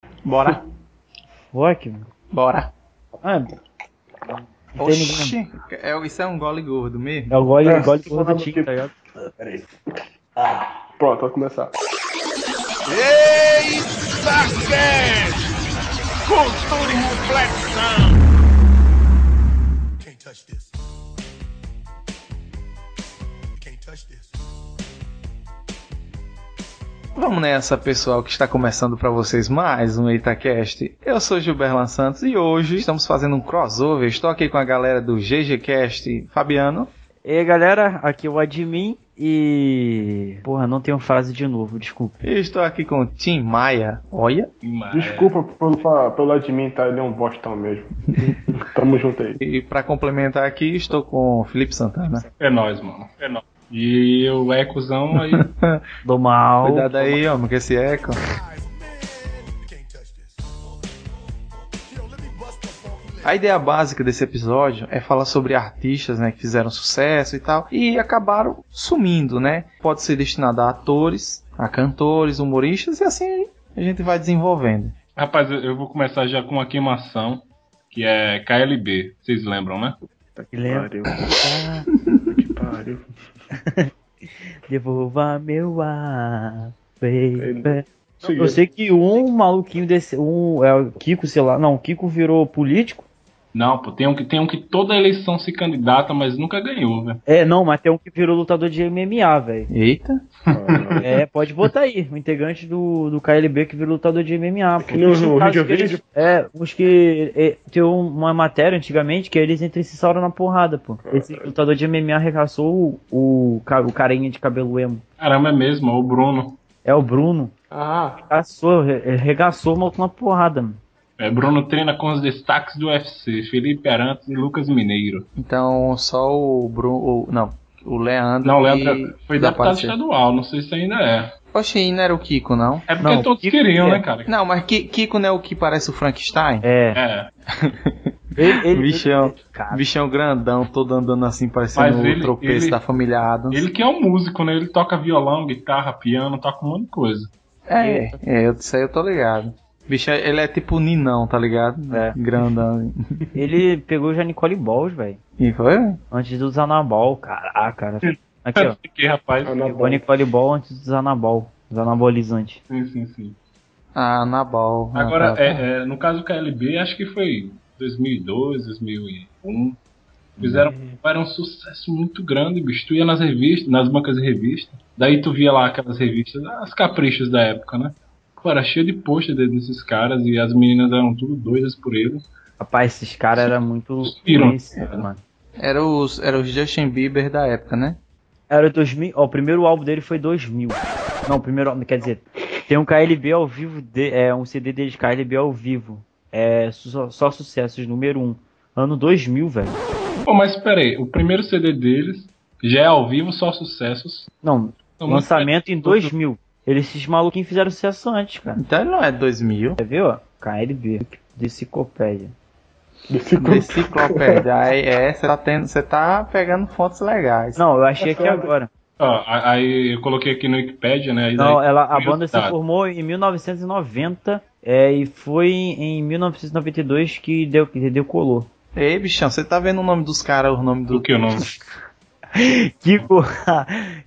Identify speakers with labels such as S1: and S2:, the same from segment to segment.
S1: Bora.
S2: Fuck, mano.
S1: Bora.
S2: Ah, não tem ninguém.
S1: Oxi. É, isso é um gole gordo mesmo?
S2: É o gole,
S3: É,
S2: gole
S3: tô
S2: gordo
S3: falando
S2: do Tim,
S3: que-
S2: tá ligado?
S3: Peraí. Ah, pronto, vai começar.
S4: Eita, cast! Cultura e reflexão!
S5: Can't touch this. You can't touch this.
S1: Vamos nessa, pessoal, que está começando para vocês mais um EitaCast. Eu sou Gilberlan Santos e hoje estamos fazendo um crossover. Estou aqui com a galera do GGCast, Fabiano.
S2: E aí, galera, aqui é o admin e... Porra, não tenho frase de novo, desculpa.
S1: E estou aqui com o Tim Maia. Olha.
S6: Ah,
S3: Desculpa pelo, fa- pelo admin, tá? Ele é um bostão mesmo. Tamo junto aí.
S1: E para complementar aqui, estou com o Felipe Santana.
S6: É nóis, mano. É nóis. E eu é cuzão aí.
S2: Do mal.
S1: Cuidado aí, homem, com esse eco.
S5: You can't touch this. Yo, let me bust the funky
S1: A ideia básica desse episódio é falar sobre artistas né, que fizeram sucesso e tal e acabaram sumindo, né? Pode ser destinado a atores, a cantores, humoristas e assim a gente vai desenvolvendo.
S6: Rapaz, eu- eu vou começar já com uma queimação, que é KLB. Vocês lembram, né?
S2: Que lembra?
S3: Pariu. Que pariu.
S2: Devolva meu ar, baby.
S3: Seguinte,
S2: Eu sei que um maluquinho desse. Um é o Kiko, sei lá. Não, o Kiko virou político.
S6: Não, pô, tem um que, tem um que toda eleição se candidata, mas nunca ganhou, velho.
S2: É, não, mas tem um que virou lutador de MMA, velho.
S1: Eita!
S3: cara.
S2: É, pode botar aí. O integrante do, do KLB que virou lutador de MMA.
S3: Que nem o
S2: Isso é um caso
S3: Rio
S2: que eles-
S3: Verde.
S2: É, os que. É, tem uma matéria antigamente que eles entre se sauram na porrada, pô. Esse lutador de MMA arregaçou o, o, ca- o carinha de cabelo emo.
S6: Caramba, é mesmo, ó, o Bruno.
S2: É o Bruno.
S3: Ah,
S2: Arregaçou, re- arregaçou o maluco na porrada, mano.
S6: É, Bruno treina com os destaques do UFC, Felipe Arantes e Lucas Mineiro.
S1: Então só o Bruno. o- não, o Leandro.
S6: Não,
S1: e-
S6: lembra? Foi
S1: da
S6: deputado
S1: parte-
S6: estadual, não sei se ainda é.
S1: Oxe, e não era o Kiko, não?
S6: É porque
S2: Não,
S6: todos
S2: Kiko
S6: queriam,
S2: é.
S6: né, cara?
S1: Não, mas Ki- Kiko não é o que parece o Frankenstein?
S2: É.
S6: É,
S2: Ele, ele,
S1: Bichão.
S2: ele- cara,
S1: Bichão grandão, todo andando assim, parecendo
S6: Mas
S1: o
S6: ele-
S1: tropeço
S6: ele-
S1: da família Adams.
S6: ele que é um músico, né? Ele toca violão, guitarra, piano, toca um monte de coisa.
S1: É, é, eu- isso aí eu tô ligado. Bicho, ele é tipo Ninão, tá ligado?
S2: É.
S1: Grandão.
S2: ele pegou já Nicole Balls, velho.
S1: E foi?
S2: Antes do Zanabol, caraca. cara. Aqui, ó.
S6: Que
S3: tá
S6: rapaz.
S2: Pegou
S3: Anabol.
S2: Nicole Ball antes do Zanabol. Dos anabolizantes.
S6: Sim, sim, sim.
S1: Ah, tá, na bal.
S6: Agora, é, é, no caso do KLB, acho que foi 2002, 2001. Fizeram
S1: Uhum.
S6: era um sucesso muito grande, bicho. Tu ia nas revistas, nas bancas de revista. Daí tu via lá aquelas revistas, ah, as caprichos da época, né? Pô, era cheio de poxa de- desses caras e as meninas eram tudo doidas por ele.
S2: Rapaz, esses caras eram muito
S6: Suspiram.
S2: conhecidos, mano.
S1: Era os, era os Justin Bieber da época, né?
S2: Era 2000. Ó, o primeiro álbum dele foi 2000. Não, o primeiro álbum, quer dizer, tem um KLB ao vivo, de- é um CD deles KLB ao vivo. É su- só, só sucessos, número 1. Ano 2000, velho.
S6: Pô, mas peraí, o primeiro CD deles já é ao vivo, só sucessos.
S2: Não,
S6: Então,
S2: lançamento em 2000. Eles, esses maluquinhos fizeram sucesso antes, cara.
S1: Então ele não é 2000.
S2: Quer ver, ó? KLB, Decicopédia.
S3: Desse grupo.
S1: Enciclopédia. Aí é, você tá, tendo- você tá pegando fontes legais.
S2: Não, eu achei aqui
S3: Essa-
S2: agora.
S6: Ó, a- aí eu coloquei aqui no Wikipedia, né? Aí
S1: é
S2: Não,
S6: daí-
S2: ela, a banda se
S6: curiosidade.
S2: formou em 1990 é, e foi em 1992 que, deu, que decolou.
S1: Ei, bichão, você tá vendo o nome dos caras, o nome do.
S6: do que o nome?
S2: Kiko,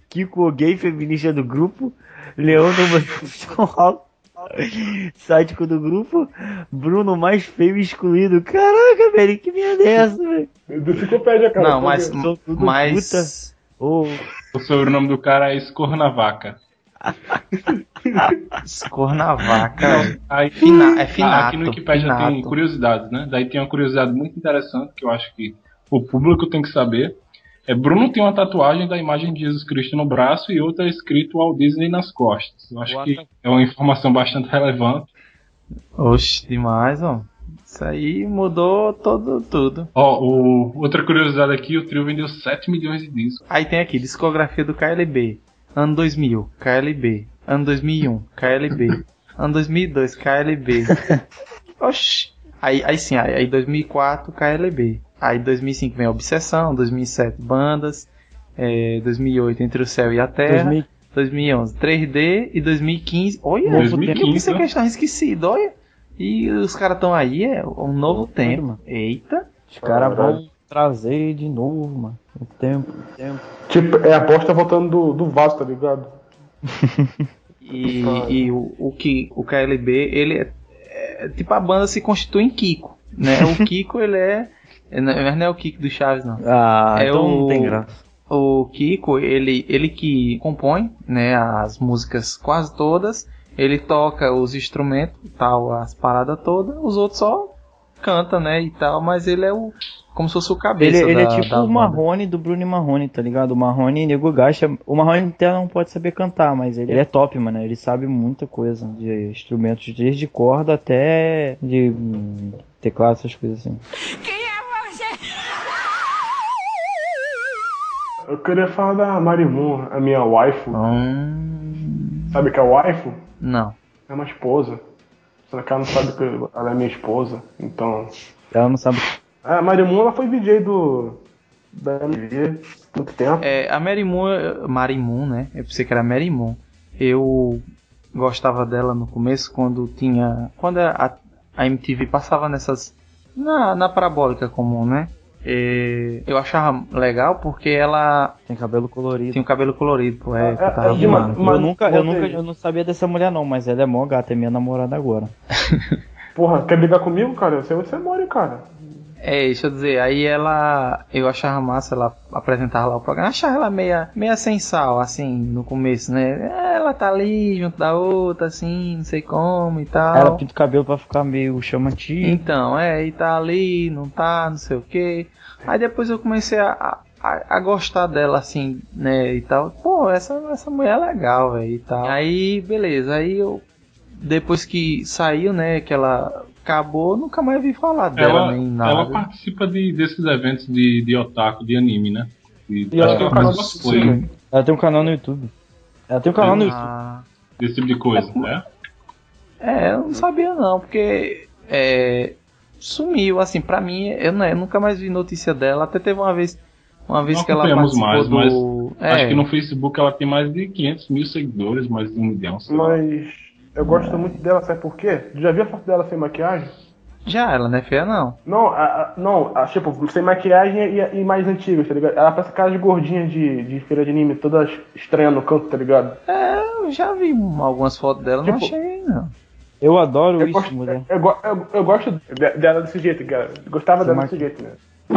S2: Kiko gay feminista do grupo, Leandro homossexual, sádico do grupo, Bruno mais feio e excluído. Caraca, velho, que merda é essa, velho?
S3: Enciclopédia, cara. tá
S1: Não, mas.
S2: são tudo
S1: Mas.
S2: Ô,
S6: O sobrenome do cara é Escornavaca.
S1: Escornavaca.
S6: Aí,
S1: Fina- é
S6: Ah,
S1: finato,
S6: Aqui no Wikipedia
S1: finato.
S6: tem curiosidades, né? Daí tem uma curiosidade muito interessante que eu acho que o público tem que saber. É, Bruno tem uma tatuagem da imagem de Jesus Cristo no braço e outra escrito Walt Disney nas costas. Eu acho
S2: What the-
S6: que é uma informação bastante relevante.
S1: Oxe, demais, ó. Isso aí mudou todo, tudo.
S6: Ó, o- outra curiosidade aqui, o trio vendeu 7 milhões de discos.
S1: Aí tem aqui, discografia do KLB. Ano 2000, KLB. Ano 2001, KLB. Ano 2002, KLB. Oxi. Aí, aí sim, aí, aí 2004, KLB. Aí 2005 vem Obsessão, 2007, Bandas. eh, 2008, Entre o Céu e a Terra.
S2: 2000,
S1: 2011, 3D. E 2015, olha,
S6: 2015,
S1: que isso é
S6: né?
S1: questão esquecida, olha. E os caras estão aí, é um novo tempo.
S2: mano.
S1: Eita.
S2: Os caras vão trazer de novo, mano. O tempo.
S3: Tipo, é a bosta voltando do, do vaso, tá ligado?
S1: E,
S2: Tá
S1: e o, o que o KLB, ele é, é tipo a banda se constitui em Kiko, né? O Kiko ele é, é, não- mas não é o Kiko do Chaves não.
S2: Ah,
S1: É
S2: então não
S1: o-
S2: tem graça.
S1: O Kiko, ele, ele que compõe né, as músicas quase todas, ele toca os instrumentos, tal, as paradas todas, os outros só canta, né, e tal, mas ele é o como se fosse o
S2: Ele,
S1: cabeça
S2: ele é
S1: da-
S2: tipo
S1: da
S2: o
S1: banda.
S2: Marrone do Bruno e Marrone, tá ligado? O Marrone, nego gasta. O Marrone até não pode saber cantar, mas ele é top, mano. Ele sabe muita coisa de instrumentos, desde corda até de hum, teclado, essas coisas assim.
S7: Quem é você?
S3: Eu queria falar da Marimun, a minha waifu.
S1: Hum,
S3: Sabe o que é waifu?
S1: não.
S3: É uma esposa. Só que ela não sabe que eu- ela é minha esposa. Então.
S2: Ela não sabe.
S3: A Marimun, ela foi VJ do. da MV muito tempo.
S1: É, a Mary Moon, eh, Mary Moon, né? Eu pensei que era Mary Moon. Eu gostava dela no começo quando tinha. Quando a, a MTV passava nessas. Na, na parabólica comum, né? Eh, eu achava legal porque ela
S2: Tem cabelo colorido.
S1: tinha o cabelo colorido, pô. É, que eu tava
S3: é de uma-
S1: falando.
S3: uma-
S2: eu nunca, eu
S3: Voltei.
S2: nunca, eu não sabia dessa mulher não, mas ela é mó gata, é minha namorada agora.
S3: Porra, quer brigar comigo, cara? Eu sei onde você mora, hein, cara.
S1: É, deixa eu dizer, aí ela. Eu achava massa ela apresentar lá o programa. Eu Achava ela meia, meia sem sal, assim, no começo, né? Ela tá ali junto da outra, assim, não sei como e tal.
S3: Ah,
S2: Ela pinta o cabelo pra ficar meio chamativo.
S1: Então, é, e tá ali, não tá, não sei o que. Aí depois eu comecei a, a, a gostar dela, assim, né, e tal. Pô, essa, essa mulher é legal, velho, e tal. Aí, beleza, aí eu. Depois que saiu, né, que ela acabou, nunca mais vi falar dela
S6: Ela,
S1: nem
S6: ela tá
S1: nada.
S6: participa de, desses eventos de, de otaku, de anime, né? E,
S3: E
S6: acho que
S3: ela-
S6: ela faz cosplay,
S2: Ela tem um canal no YouTube. Ela tem um canal no YouTube.
S1: Ah,
S6: desse tipo de coisa, né?
S1: é, eu não sabia não, porque. É, sumiu, assim, pra mim, eu, não, eu nunca mais vi notícia dela. Até teve uma vez. Uma vez
S6: Não
S1: que ela
S6: acompanhamos
S1: participou
S6: mais,
S1: do.
S6: Acho
S1: é,
S6: que no Facebook ela tem mais de 500 mil seguidores, mais de um milhão. sei lá.
S3: Mas eu gosto muito dela, sabe por quê? Já viu a foto dela sem maquiagem?
S1: Já, ela não é feia não.
S3: Não, a, a- não, a, tipo, sem maquiagem e, e mais antigas, tá ligado? Ela parece aquelas gordinhas de, de feira de anime, todas estranhas no canto, tá ligado?
S1: É, Eu já vi um- algumas fotos dela, não
S3: Tipo-
S1: achei não.
S2: Eu adoro
S3: Eu
S2: isso,
S3: gosto,
S2: mulher.
S3: eu, go- eu, eu gosto de- dela desse jeito, cara. Gostava
S2: Sem
S3: dela
S2: maqui-
S3: desse jeito, né?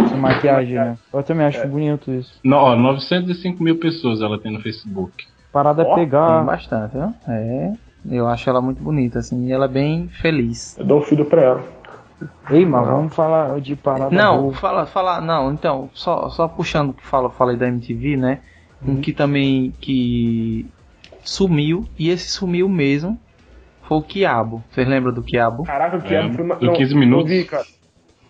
S2: Essa maquiagem, né? Eu também
S3: É.
S2: acho bonito isso.
S6: No, ó, 905 mil pessoas ela tem no Facebook.
S2: Parada é
S3: Ó,
S8: ah.
S1: Tem
S2: pegar.
S1: bastante, viu? É. Eu acho ela muito bonita, assim, e ela é bem feliz.
S3: Eu dou um filho pra ela.
S2: Ei, mas vamos falar de parada.
S1: Não,
S2: boa.
S1: fala, fala, não, então, só, só puxando o que fala, falei da MTV, né? Um que também que sumiu, e esse sumiu mesmo, foi o Quiabo. Vocês lembram do Quiabo?
S3: Caraca, o que
S6: É,
S3: era? Foi uma,
S6: em
S3: não,
S6: 15 minutos.
S3: não vi, cara.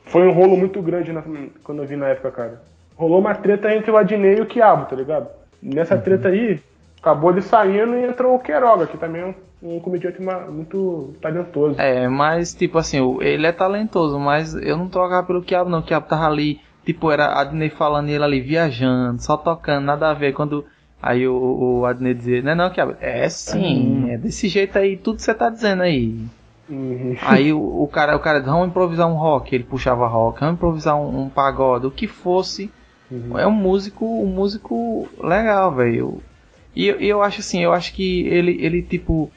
S3: Foi um rolo muito grande na- quando eu vi na época, cara. Rolou uma treta entre o Adnei e o Quiabo, tá ligado? Nessa
S6: Uhum.
S3: treta aí, acabou ele saindo e entrou o Queiroga, que também é um, um comediante ma- muito talentoso.
S1: É, mas tipo assim, o- ele é talentoso, mas eu não trocava pelo Quiabo, não. O Quiabo tava ali, tipo, era Adnei falando e ele ali viajando, só tocando, nada a ver. Quando aí o, o o Adnei dizia, não é não, Quiabo, é sim, é desse jeito aí, tudo que você tá dizendo aí.
S3: Uhum.
S1: Aí o, o cara, o cara diz, vamos improvisar um rock, ele puxava rock, vamos improvisar um, um pagode, o que fosse.
S3: Uhum.
S1: É um músico, um músico legal, velho. E eu, eu acho assim, eu acho que ele, ele tipo,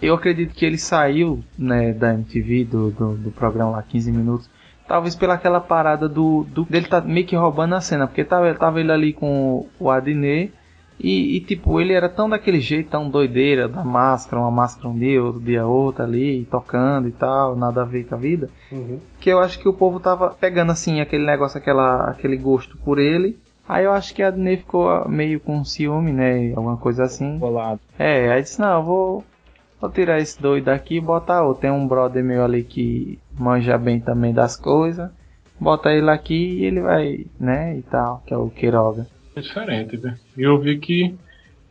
S1: eu acredito que ele saiu, né, da MTV, do, do, do programa lá 15 minutos, talvez pela aquela parada do, do dele tá meio que roubando a cena, porque tava, tava ele ali com o Adnet, e, e, tipo, ele era tão daquele jeito, tão doideira, da máscara, uma máscara um dia, outro dia outra ali, tocando e tal, nada a ver com a vida,
S3: Uhum.
S1: que eu acho que o povo tava pegando assim aquele negócio, aquela, aquele gosto por ele. Aí eu acho que a Adnei ficou ah, meio com ciúme, né? Alguma coisa assim.
S2: Bolado.
S1: É, aí disse, não, eu vou, vou tirar esse doido daqui e botar outro. Tem um brother meu ali que manja bem também das coisas. Bota ele aqui e ele vai, né? E tal, que é o Queiroga.
S6: É diferente, velho. E eu vi que,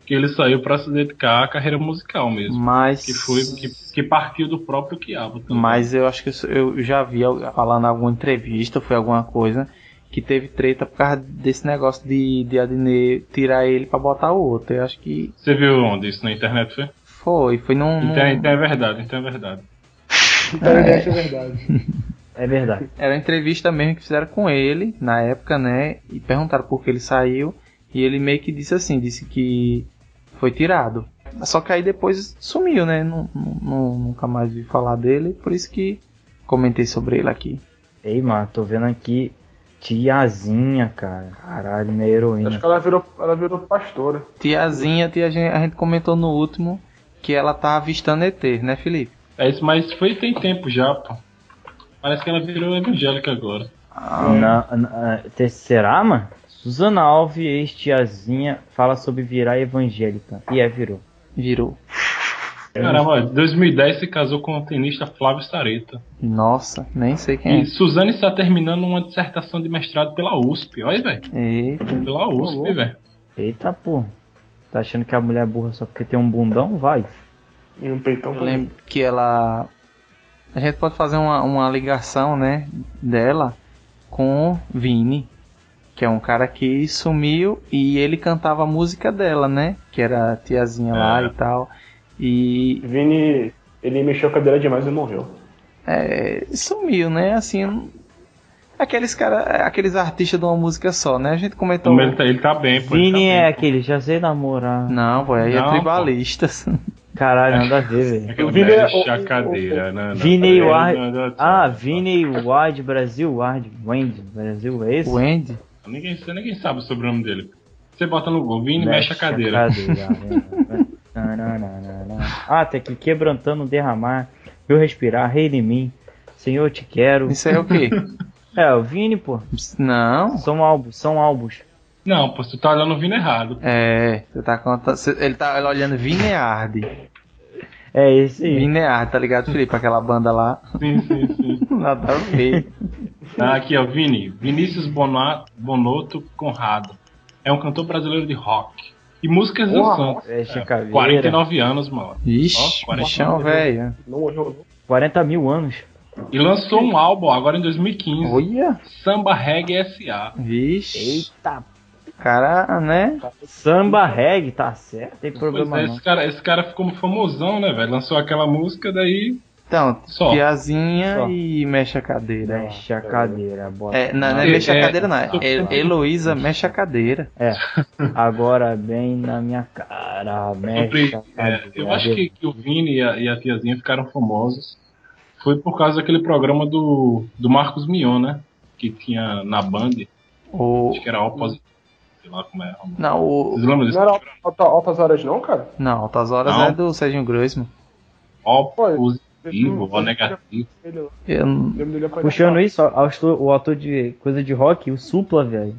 S6: que ele saiu pra se dedicar à carreira musical mesmo.
S1: Mas.
S6: Que foi que, que partiu do próprio Quiabo também.
S1: Mas eu acho que isso- eu já vi al- falando em alguma entrevista, foi alguma coisa, que teve treta por causa desse negócio de, de Adnet tirar ele pra botar o outro. Eu acho que Hum.
S6: Você viu onde isso na internet foi?
S1: foi, foi num.
S6: Então, então é verdade, então é verdade.
S3: Nordeste é verdade.
S8: É verdade.
S1: Era uma entrevista mesmo que fizeram com ele, na época, né? E perguntaram por que ele saiu. E ele meio que disse assim, disse que foi tirado. Só que aí depois sumiu, né? Não, não- nunca mais vi falar dele, por isso que comentei sobre ele aqui.
S8: Ei, mano, tô vendo aqui tiazinha, cara. Caralho, minha heroína.
S3: Acho que ela virou, ela virou pastora.
S1: Tiazinha, tia, a gente- a gente comentou no último que ela tá avistando ET, né, Felipe?
S6: É isso, mas foi tem tempo já, pô. Parece que ela virou evangélica agora.
S8: Na, na- é, te- será, mano? Suzana Alves, ex-tiazinha, fala sobre virar evangélica. E é, virou.
S1: Virou.
S6: Caramba, em 2010 se casou com o tenista Flávio Sareta.
S1: Nossa, nem sei quem
S6: E
S1: é.
S6: Suzane está terminando uma dissertação de mestrado pela USP. Olha, velho.
S1: Eita.
S6: Pela USP, velho.
S8: Eita porra. Tá achando que a mulher é burra só porque tem um bundão? Vai.
S3: E um peitão
S1: Eu lembro que ela. A gente pode fazer uma, uma ligação, né? Dela com Vini, que é um cara que sumiu e ele cantava a música dela, né? Que era a tiazinha lá
S6: É.
S1: e tal. E
S3: Vini, ele mexeu a cadeira demais e morreu.
S1: é, sumiu, né? Assim. não- Aqueles cara, aqueles artistas de uma música só, né? A gente comentou.
S6: Pelo menos tá- ele tá bem, pô. ele
S8: Vini
S6: tá
S8: é
S6: bem.
S8: aquele, já sei namorar.
S1: Não, pô, aí
S6: Não,
S1: é
S6: pô.
S1: tribalistas.
S8: Caralho, nada a ver, velho.
S6: Aquela
S3: O Vini
S6: velha
S3: é- o-
S6: chacadeira, né?
S8: Vini e
S6: Não,
S8: o
S6: não,
S8: Ar-
S6: não, não, não,
S8: Ah,
S6: não.
S8: Vini Ward Brasil, Ward, Wendy, Brasil, é esse?
S1: O Andy.
S6: Ninguém, você- ninguém sabe o sobrenome dele. Você bota no Google, Vini mexe, a cadeira.
S8: cadeira, né? Tananana. ah, tá aqui, quebrantando, derramar, eu respirar, rei de mim, senhor te quero.
S1: Isso aí é o quê?
S8: É, o Vini, pô,
S1: Não.
S8: são álbuns, são álbuns.
S6: Não, pô, você tá olhando o Vini errado.
S1: É, você tá contando. você- Ele tá olhando Vineardi.
S8: É esse aí.
S1: Linear, tá ligado, Felipe? Aquela banda lá.
S6: Sim, sim, sim.
S1: Nada a ver.
S6: Ah, aqui, ó, Vini. Vinícius Bona- Bonotto Conrado. É um cantor brasileiro de rock. E é músicas do
S3: Porra,
S6: Santos.
S8: Fecha a
S6: É,
S8: caveira.
S6: 49 anos, mano.
S1: Ixi,
S6: Ó, um 40
S1: bichão, velho.
S3: Não morreu, não.
S8: 40 mil anos.
S6: E lançou um álbum agora em 2015.
S1: Olha.
S6: Samba Reggae S.A.
S1: Vixe.
S8: Eita,
S1: Cara, né?
S8: samba reggae, tá certo, tem
S6: Pois
S8: problema
S6: é,
S8: não.
S6: esse cara, esse cara ficou famosão, né, velho? Lançou aquela música, daí.
S1: Então,
S6: Só.
S1: piazinha
S8: Só.
S1: e mexe a cadeira.
S8: Mexe a cadeira, bota.
S1: É, não, não é
S6: Não,
S1: mexe a
S6: é-
S1: cadeira, não. É
S6: é-
S1: Hel- Heloísa mexe a cadeira.
S8: É, agora bem na minha cara,
S6: Sobre,
S8: mexe a
S6: é,
S8: cadeira.
S6: eu acho que, que o Vini e a, e a tiazinha ficaram famosos. Foi por causa daquele programa do, do Marcos Mion, né? Que tinha na Band.
S1: O...
S6: Acho que era oposição. Sei lá como era.
S1: Não, o...
S6: Vocês lembram desse
S3: Não era alta- altas horas, não, cara?
S1: Não, Altas Horas
S6: Não.
S1: é do Serginho Groisman.
S6: O
S3: Foi.
S6: positivo, O negativo.
S3: Ele, eu
S1: Eu não-
S3: lembro dele aparecendo.
S8: Puxando isso, ó, o autor- o autor de coisa de rock, o Supla, velho.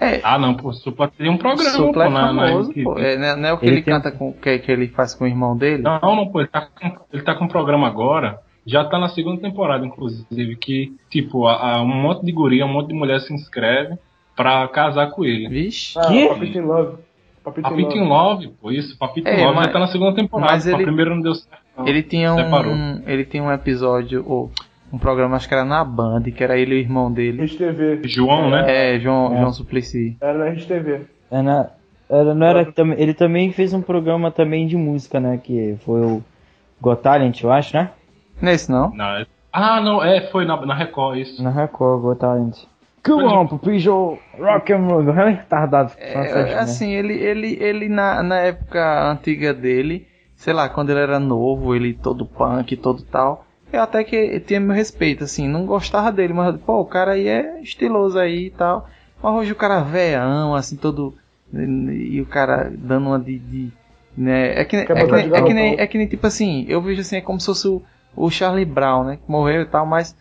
S1: É,
S6: Ah, não, pô, Supla tem um programa,
S1: Supla é
S6: pô, na, na
S1: famoso,
S6: MTV.
S1: pô. É, né- não é o que
S8: Ele
S1: ele,
S8: tem-
S1: canta com. Que, que ele faz com o irmão dele?
S6: Não, não, pô, ele tá, com, ele tá com um programa agora. Já tá na segunda temporada, inclusive, que, tipo, a, a um monte de guria, um monte de mulher se inscreve pra casar com ele.
S1: Vixe.
S3: Ah,
S8: Que?
S3: Papito in Love. Papito in
S6: Papito
S3: Love.
S6: in Love, pô, isso, Papito
S1: É,
S6: in Love
S1: mas-
S6: já tá na segunda temporada,
S1: mas
S6: pô,
S1: ele-
S6: a primeira não deu certo. não.
S1: Ele tinha um.
S6: Separou.
S1: Ele tinha um episódio, ou um programa, acho que era na Band, que era ele e o irmão dele.
S3: Rede TV.
S6: João, né?
S1: É, João,
S8: É.
S1: João Suplicy.
S3: Era na Rede TV.
S8: É, né? Era, não era, tam- ele também fez um programa também de música, né? Que foi o Got Talent, eu acho, né?
S1: Nesse não?
S6: Na- ah, não, é, foi na, na Record, isso.
S8: Na Record, Got Talent. Come on, Pupijo, rock and roll. É retardado.
S1: É,
S3: né?
S1: assim, ele, ele, ele na, na época antiga dele, sei lá, quando ele era novo, ele todo punk, todo tal. Eu até que tinha meu respeito, assim, não gostava dele, mas, pô, o cara aí é estiloso aí e tal. Mas hoje o cara veião, assim, todo. E o cara dando uma de. de, né? é, que, nem- é, que,
S3: Quer botar de
S1: nem- é, que nem,
S3: garotão.
S1: é que nem, tipo assim, eu vejo assim, é como se fosse o, o Charlie Brown, né? Que morreu e tal, mas.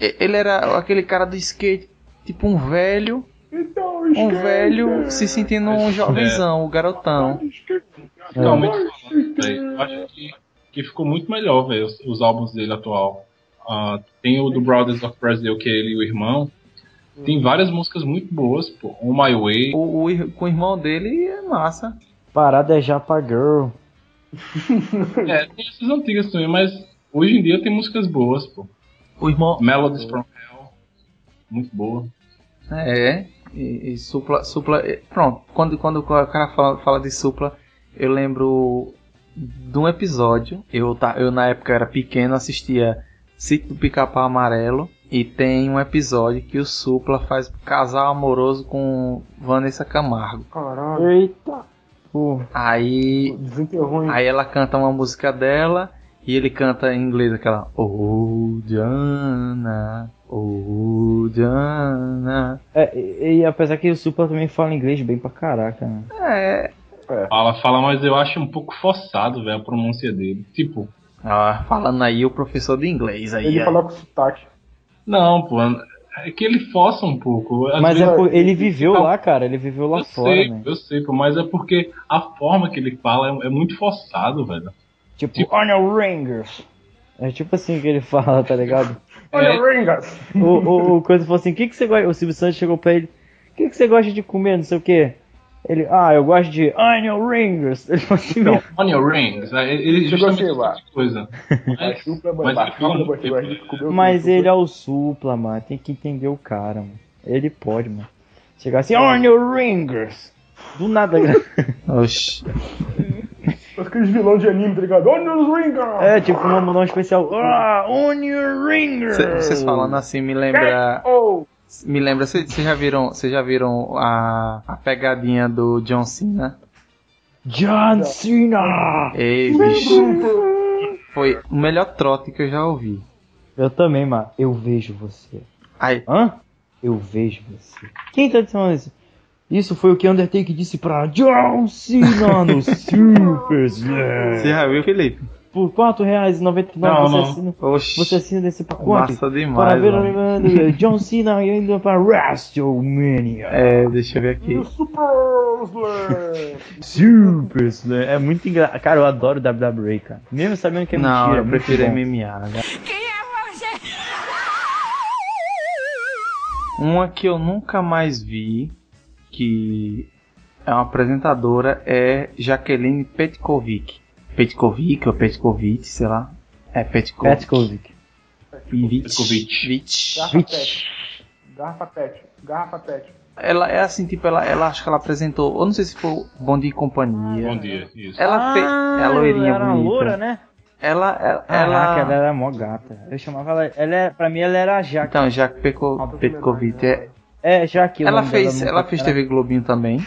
S1: e- Ele era aquele cara do skate, tipo um velho
S3: Então,
S1: um
S3: esquece.
S1: velho se sentindo um
S6: Mas,
S1: jovenzão, o garotão. É.
S6: Realmente, falando, velho, eu acho que, que ficou muito melhor, velho, os, os álbuns dele atual. Ah, tem o do Brothers of Brazil, que é ele e o irmão. Tem várias músicas muito boas, pô. On My Way.
S1: O, o ir- com o irmão dele é massa.
S8: Parada é Japa Girl.
S6: É, tem essas antigas também, mas hoje em dia tem músicas boas, pô.
S1: O irmão.
S6: Melodies from Hell. Muito boa.
S1: É. E, e supla. supla e- pronto, quando, quando o cara fala, fala de supla, eu lembro de um episódio. Eu, ta- eu na época era pequeno, assistia Sítio do Pica-Pau Amarelo. E tem um episódio que o Supla faz casal amoroso com Vanessa Camargo.
S3: Caralho.
S8: Eita! Pô,
S1: Aí
S3: Desenterrou, hein?
S1: Aí ela canta uma música dela e ele canta em inglês aquela Oh Diana, Oh Diana.
S8: é, e, e apesar que o Supla também fala inglês bem pra caraca, né?
S1: É.
S6: Fala, fala, mas eu acho um pouco forçado, velho, a pronúncia dele. Tipo,
S1: Ah, falando aí o professor de inglês aí.
S3: Ele
S1: aí.
S3: falou com sotaque.
S6: não, pô. É que ele força um pouco. Às
S8: Mas
S6: vezes-
S8: é por, ele viveu lá, cara. Ele viveu lá
S6: eu
S8: fora,
S6: sei,
S8: né?
S6: eu sei, pô, mas é porque a forma que ele fala é, é muito forçado, velho.
S8: Tipo, Honor Rangers. É tipo assim que ele fala, tá ligado?
S3: Olha,
S6: É.
S3: Ringas!
S8: o, o, o coisa falou assim, o que, que você gosta? O Silvio Santos chegou pra ele, o que, que você gosta de comer, não sei o quê? Ele, ah, eu gosto de Onion Rangers. Ele falou assim, não.
S6: Então, Onion rings, é, ele
S3: Chegou
S6: justamente
S3: assim,
S6: essa coisa. Mas,
S3: Supla,
S6: mas ele fala muito bem,
S3: gosta de comer
S8: Mas
S3: tudo.
S8: ele é o supla, mano. Tem que entender o cara, mano. Ele pode, mano. Chegar assim, Onion Rangers. Do nada, cara.
S1: Oxi.
S3: Mas aqueles vilão de anime, tá ligado? Olha os Ringas!
S8: É, tipo, vamos mandar um especial. Ah, Onion Rangers.
S1: Cê- Vocês falando assim me lembra.
S3: Oh!
S1: Me lembra. Vocês já viram, vocês já viram a, a pegadinha do John Cena?
S8: John Cena.
S1: Ei, bicho. Foi o melhor trote que eu já ouvi.
S8: Eu também, mano. Eu vejo você.
S1: Aí,
S8: Hã? Eu vejo você. Quem tá dizendo isso? Isso foi o que Undertaker disse pra John Cena no Super Slam.
S1: você já viu, Felipe?
S8: Por R$ 4,99
S6: Não,
S8: você
S6: não.
S8: assina.
S1: Oxi.
S8: Você assina desse pacote
S1: massa
S8: para
S1: demais.
S8: ver um-
S1: mano.
S8: o John Cena e ainda para WrestleMania.
S1: É, deixa eu ver aqui.
S3: Super Slam!
S8: Super Slam. É muito engraçado. Cara, eu adoro WWE, cara. Mesmo sabendo que é
S1: não,
S8: mentira.
S1: eu
S8: muito
S1: prefiro
S8: bom.
S1: MMA. né? Uma que eu nunca mais vi, que é uma apresentadora, é Jaqueline Petkovic. Petkovic ou Petkovic, sei lá. É Petkovic.
S8: Petkovic.
S1: Vic.
S6: Petkovic.
S1: Vic.
S3: Garrafa Pet. Garrafa Pet. Garrafa Pet.
S1: Ela é assim, tipo, ela, ela acho que ela apresentou, eu não sei se foi o Bom Dia e Companhia.
S6: Bom dia, isso.
S1: Ela fez. É a loirinha
S8: Ah, era
S1: bonita. É,
S8: loura, né?
S1: Ela, ela,
S8: Caraca,
S1: ela-
S8: ela é era mó gata. Eu chamava ela. Ela era, pra mim ela era a Jaque.
S1: Então, já que pecou Petkovic é.
S8: É, Jaque. o
S1: Ela
S8: nome
S1: fez,
S8: dela,
S1: ela
S8: nunca-
S1: fez TV Globinho também?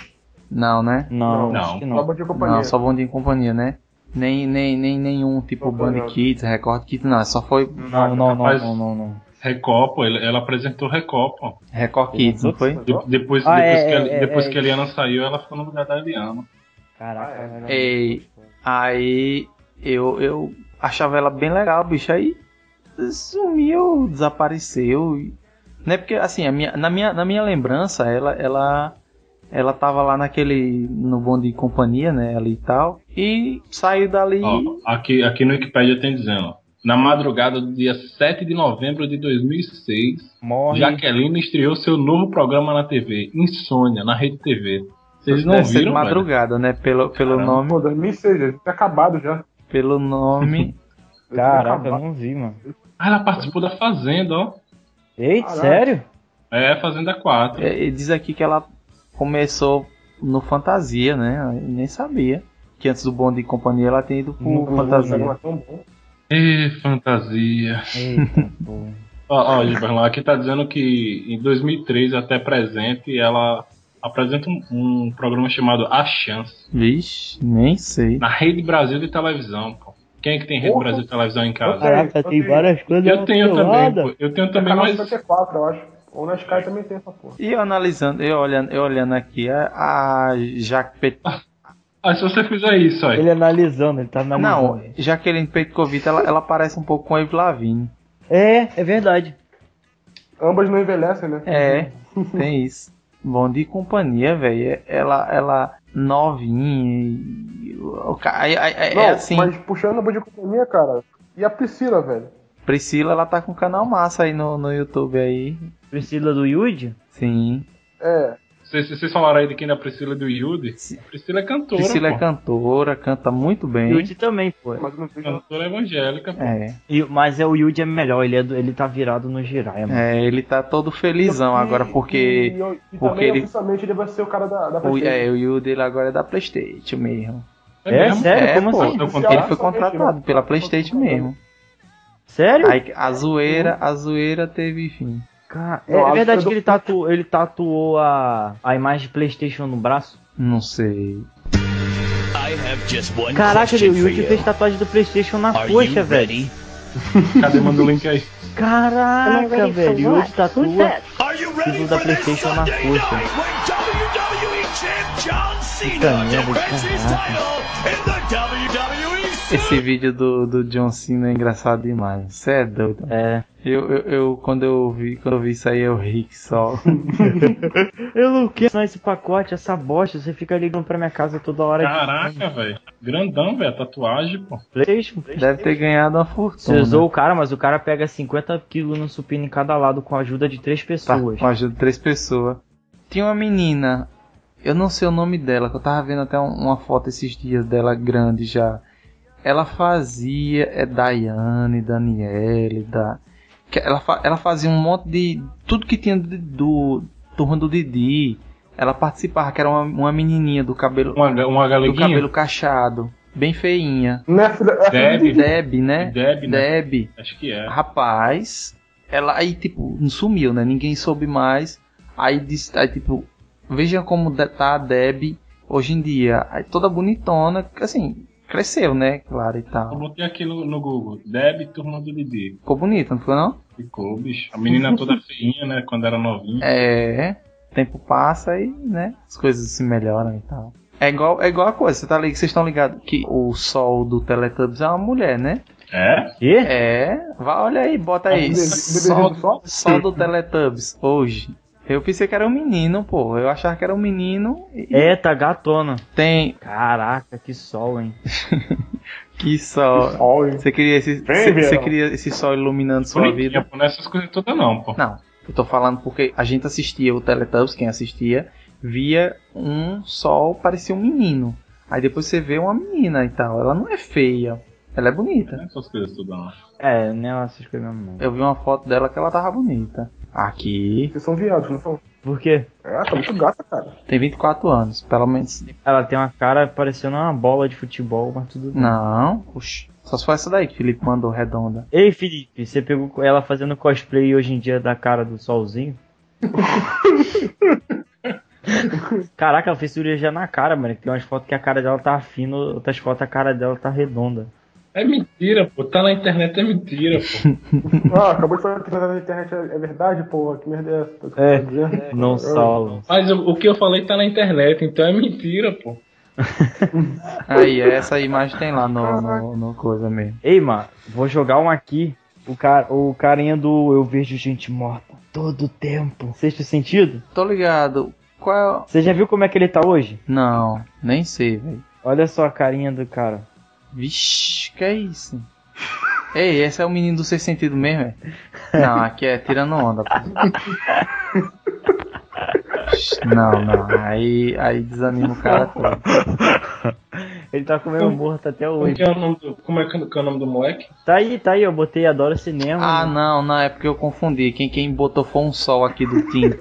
S1: Não, né?
S8: Não,
S6: Não.
S8: acho que
S3: Só
S8: não.
S3: bom de companhia.
S1: Não, só Bom Dia e Companhia, né? Nem, nem, nem nenhum tipo
S3: Não,
S1: Band
S3: não.
S1: Kids, Record Kids, não. Só foi
S8: Não, não, não,
S6: Mas-
S8: não, não, não.
S6: Recopa, ele- ela apresentou Recopa.
S1: Record Kids, não foi?
S6: De- depois
S8: Ah,
S6: depois,
S8: é,
S6: que, a,
S8: é, é,
S6: depois
S8: é.
S6: que a Eliana saiu, ela ficou no lugar da Eliana.
S8: Caraca, ela era
S1: Ei, aí eu, eu achava ela bem legal, bicho. Aí sumiu, desapareceu. e- Né? Porque assim, a minha, na, minha, na minha lembrança, ela, ela, ela tava lá naquele. no bonde de companhia, né? Ali e tal. E saiu dali.
S6: Ó, aqui, aqui no Wikipedia tem dizendo, ó, na madrugada do dia 7 de novembro de 2006,
S8: Morre.
S6: Jaqueline estreou seu novo programa na TV, Insônia, na Rede TV. Vocês não
S1: Deve ser de
S6: viram, velho?
S1: madrugada, né? Pelo, pelo
S6: Caramba.
S1: nome.
S3: Pô, 2006, já tinha acabado já.
S1: Pelo nome.
S8: Caraca, eu não vi, mano.
S6: Ah, ela participou da Fazenda, ó.
S8: Ei,
S3: Caraca.
S8: sério?
S6: É, Fazenda 4.
S1: é, diz aqui que ela começou no Fantasia, né? Eu nem sabia. Que antes do bonde de companhia ela tinha ido pro
S8: No Gugu,
S1: Fantasia.
S3: Programa tão bom.
S6: Ê, fantasia.
S8: Eita, pô.
S6: Ó, ó, Gilberto, aqui tá dizendo que em 2003 até presente ela apresenta um, um programa chamado A Chance,
S1: Vixe, nem sei.
S6: na Rede Brasil de Televisão, pô. Quem é que tem Rede
S3: Porra.
S6: Brasil de Televisão em casa?
S8: Caraca,
S3: eu
S8: tem
S3: tenho.
S8: várias coisas.
S6: Eu tenho também,
S8: atropeladas.
S6: pô. Eu tenho
S3: Tem
S6: também,
S3: canal
S6: mas
S3: 54, eu acho. Ou na Sky também tem essa porra.
S1: E eu analisando, eu olhando, eu olhando aqui, a, a Jaque Pet...
S6: ah, se você fizer isso, aí.
S8: Ele analisando, ele tá analisando.
S1: Não, Jaqueline Petkovic, ela, ela parece um pouco com a Eve Lavigne.
S8: É, é verdade.
S3: Ambas não envelhecem, né?
S1: É,
S6: Uhum.
S1: tem isso. Bom de companhia, velho. é, Ela, ela novinha e... o ca- aí- aí- aí-
S3: Não,
S1: é assim,
S3: mas puxando a boa de companhia, cara. E a Priscila, velho?
S1: Priscila, ela tá com canal massa aí no, no YouTube aí.
S8: Priscila do Yude?
S1: Sim.
S3: É.
S6: Vocês, vocês falaram aí de quem da Priscila e do Yudi?
S1: Sim.
S6: Priscila é cantora.
S1: Priscila
S6: pô.
S1: é cantora, canta muito bem.
S8: Yude também, pô.
S3: Mas eu não sei.
S6: cantora evangélica. pô.
S1: É,
S8: E- Mas é o Yude é melhor, ele, é do- ele tá virado no Jiraiya, mano.
S1: é, ele tá todo felizão agora porque...
S3: E, eu- e
S1: porque
S3: também,
S1: ele-
S3: oficialmente, ele vai ser o cara da, da
S1: O,
S3: Priscila.
S1: é, o Yu dele agora é da Playstation mesmo.
S8: É,
S6: mesmo?
S8: sério?
S1: É,
S8: Como
S1: pô,
S8: assim?
S6: Eu contei.
S1: ele foi contratado pela Playstation mesmo.
S8: Sério?
S1: Aí a zoeira, a zoeira teve fim.
S8: Ca-
S3: Eu
S8: é
S3: acho
S8: verdade
S3: que
S8: que
S3: eu
S8: ele, tatu... ele tatuou a... a imagem de Playstation no braço?
S1: Não sei.
S8: Caraca, ele- o Yuji fez tatuagem do Playstation na coxa, velho.
S6: Cadê? Manda o link aí.
S8: Caraca, velho. O Yuji tatua o símbolo da Playstation na coxa. Puta merda, caraca.
S1: Esse vídeo do, do John Cena é engraçado demais. Você é doido.
S8: É.
S1: Eu, eu, eu- quando eu vi, quando eu vi isso aí, eu ri que só.
S8: Eu não quero mais esse pacote, essa bosta. Você fica ligando pra minha casa toda hora.
S6: Ah. Caraca, velho. Grandão, velho. a Tatuagem, pô.
S8: Playstation.
S1: Deve ter ganhado uma
S8: Você
S1: fortuna.
S8: usou o cara, mas o cara pega 50 kg no supino em cada lado com a ajuda de três
S1: Tá,
S8: pessoas.
S1: com a ajuda de três pessoas. Tinha uma menina, eu não sei o nome dela, que eu tava vendo até um- uma foto esses dias dela grande já. Ela fazia, é Daiane, Daniele, da, que ela, fa- ela fazia um monte de. Tudo que tinha de- do Turma do Didi. Ela participava, que era uma, uma menininha do cabelo,
S6: Uma, ga- uma
S1: do
S6: galeguinha.
S1: cabelo cacheado, bem feinha.
S3: Não é filha- é filha
S6: Deb.
S1: Deb, né?
S6: Deb, né?
S1: Deb.
S6: Acho que é.
S1: Rapaz, ela aí tipo sumiu, né? Ninguém soube mais. Aí disse, aí tipo, veja como de- tá a Deb hoje em dia, aí toda bonitona, assim, cresceu, né? Claro e
S6: Eu
S1: tal.
S6: botei aqui no, no Google. Deb, turma do Didi.
S1: Ficou bonita, não ficou não?
S6: Ficou, bicho. A menina toda feinha, né? Quando era novinha.
S1: É, tempo passa e, né? As coisas se melhoram e tal. É igual, é igual a coisa, você tá ligado, vocês estão ligados que o sol do Teletubbies é uma mulher, né?
S6: É?
S8: Quê?
S1: É, vai, olha aí, bota
S3: É um
S1: aí.
S3: bebê- bebezinho
S1: Sol,
S3: do sol?
S1: sol do Teletubbies, hoje. Eu pensei que era um menino, pô. Eu achava que era um menino e
S8: É, tá gatona.
S1: tem.
S8: Caraca, que sol, hein?
S1: Que sol.
S3: Sol, hein?
S1: Você queria esse.
S3: Vem,
S1: Você
S3: Biel.
S1: você queria esse sol iluminando sua
S6: Bonitinha,
S1: vida.
S6: pô. Não é essas coisas todas, não, pô.
S1: Não, eu tô falando porque a gente assistia o Teletubbies, quem assistia, via um sol, parecia um menino. Aí depois você vê uma menina e tal. Ela não é feia. Ela é bonita.
S6: Não é essas coisas todas, não.
S8: É, nem ela se escreveu não.
S1: Eu vi uma foto dela que ela tava bonita. Aqui.
S3: Vocês são viados, não são?
S8: Por quê?
S3: Ah, tá muito gata, cara.
S1: Tem 24 anos. Pelo menos
S8: Ela tem uma cara parecendo uma bola de futebol, mas tudo bem.
S1: Não, oxi. Só se for essa daí que o Felipe mandou redonda.
S8: Ei, Felipe, você pegou ela fazendo cosplay hoje em dia da cara do solzinho? Caraca, ela fez cirurgia na cara, mano. Tem umas fotos que a cara dela tá fina, outras fotos a cara dela tá redonda.
S6: É mentira, pô. Tá na internet, é mentira, pô.
S3: Ah, acabou de falar que na internet é é verdade, porra. Que merda é essa?
S8: É.
S3: É.
S8: Não solo.
S6: Mas o, o que eu falei tá na internet, então é mentira, pô.
S1: Aí, essa imagem tem lá no, no, no coisa mesmo.
S8: Ei, mano, vou jogar um aqui. O, cara, o carinha do Eu Vejo Gente Morta todo tempo. Sexto sentido?
S1: Tô ligado. Qual é o...
S8: Você já viu como é que ele tá hoje?
S1: Não, nem sei, velho.
S8: Olha só a carinha do cara.
S1: Vixe, que é isso? Ei, esse é o menino do seu sentido mesmo, é? Não, aqui é tirando onda. pô. Ixi, Não, não. Aí, aí desanima o cara todo.
S8: Ele tá comendo morto até
S6: Como,
S8: hoje.
S6: que é, o nome do, como é, que, que é o nome do moleque?
S8: Tá aí, tá aí, eu botei Adoro Cinema.
S1: Ah,
S8: né?
S1: não, não, é porque eu confundi. Quem, quem botou foi um sol aqui do Tim.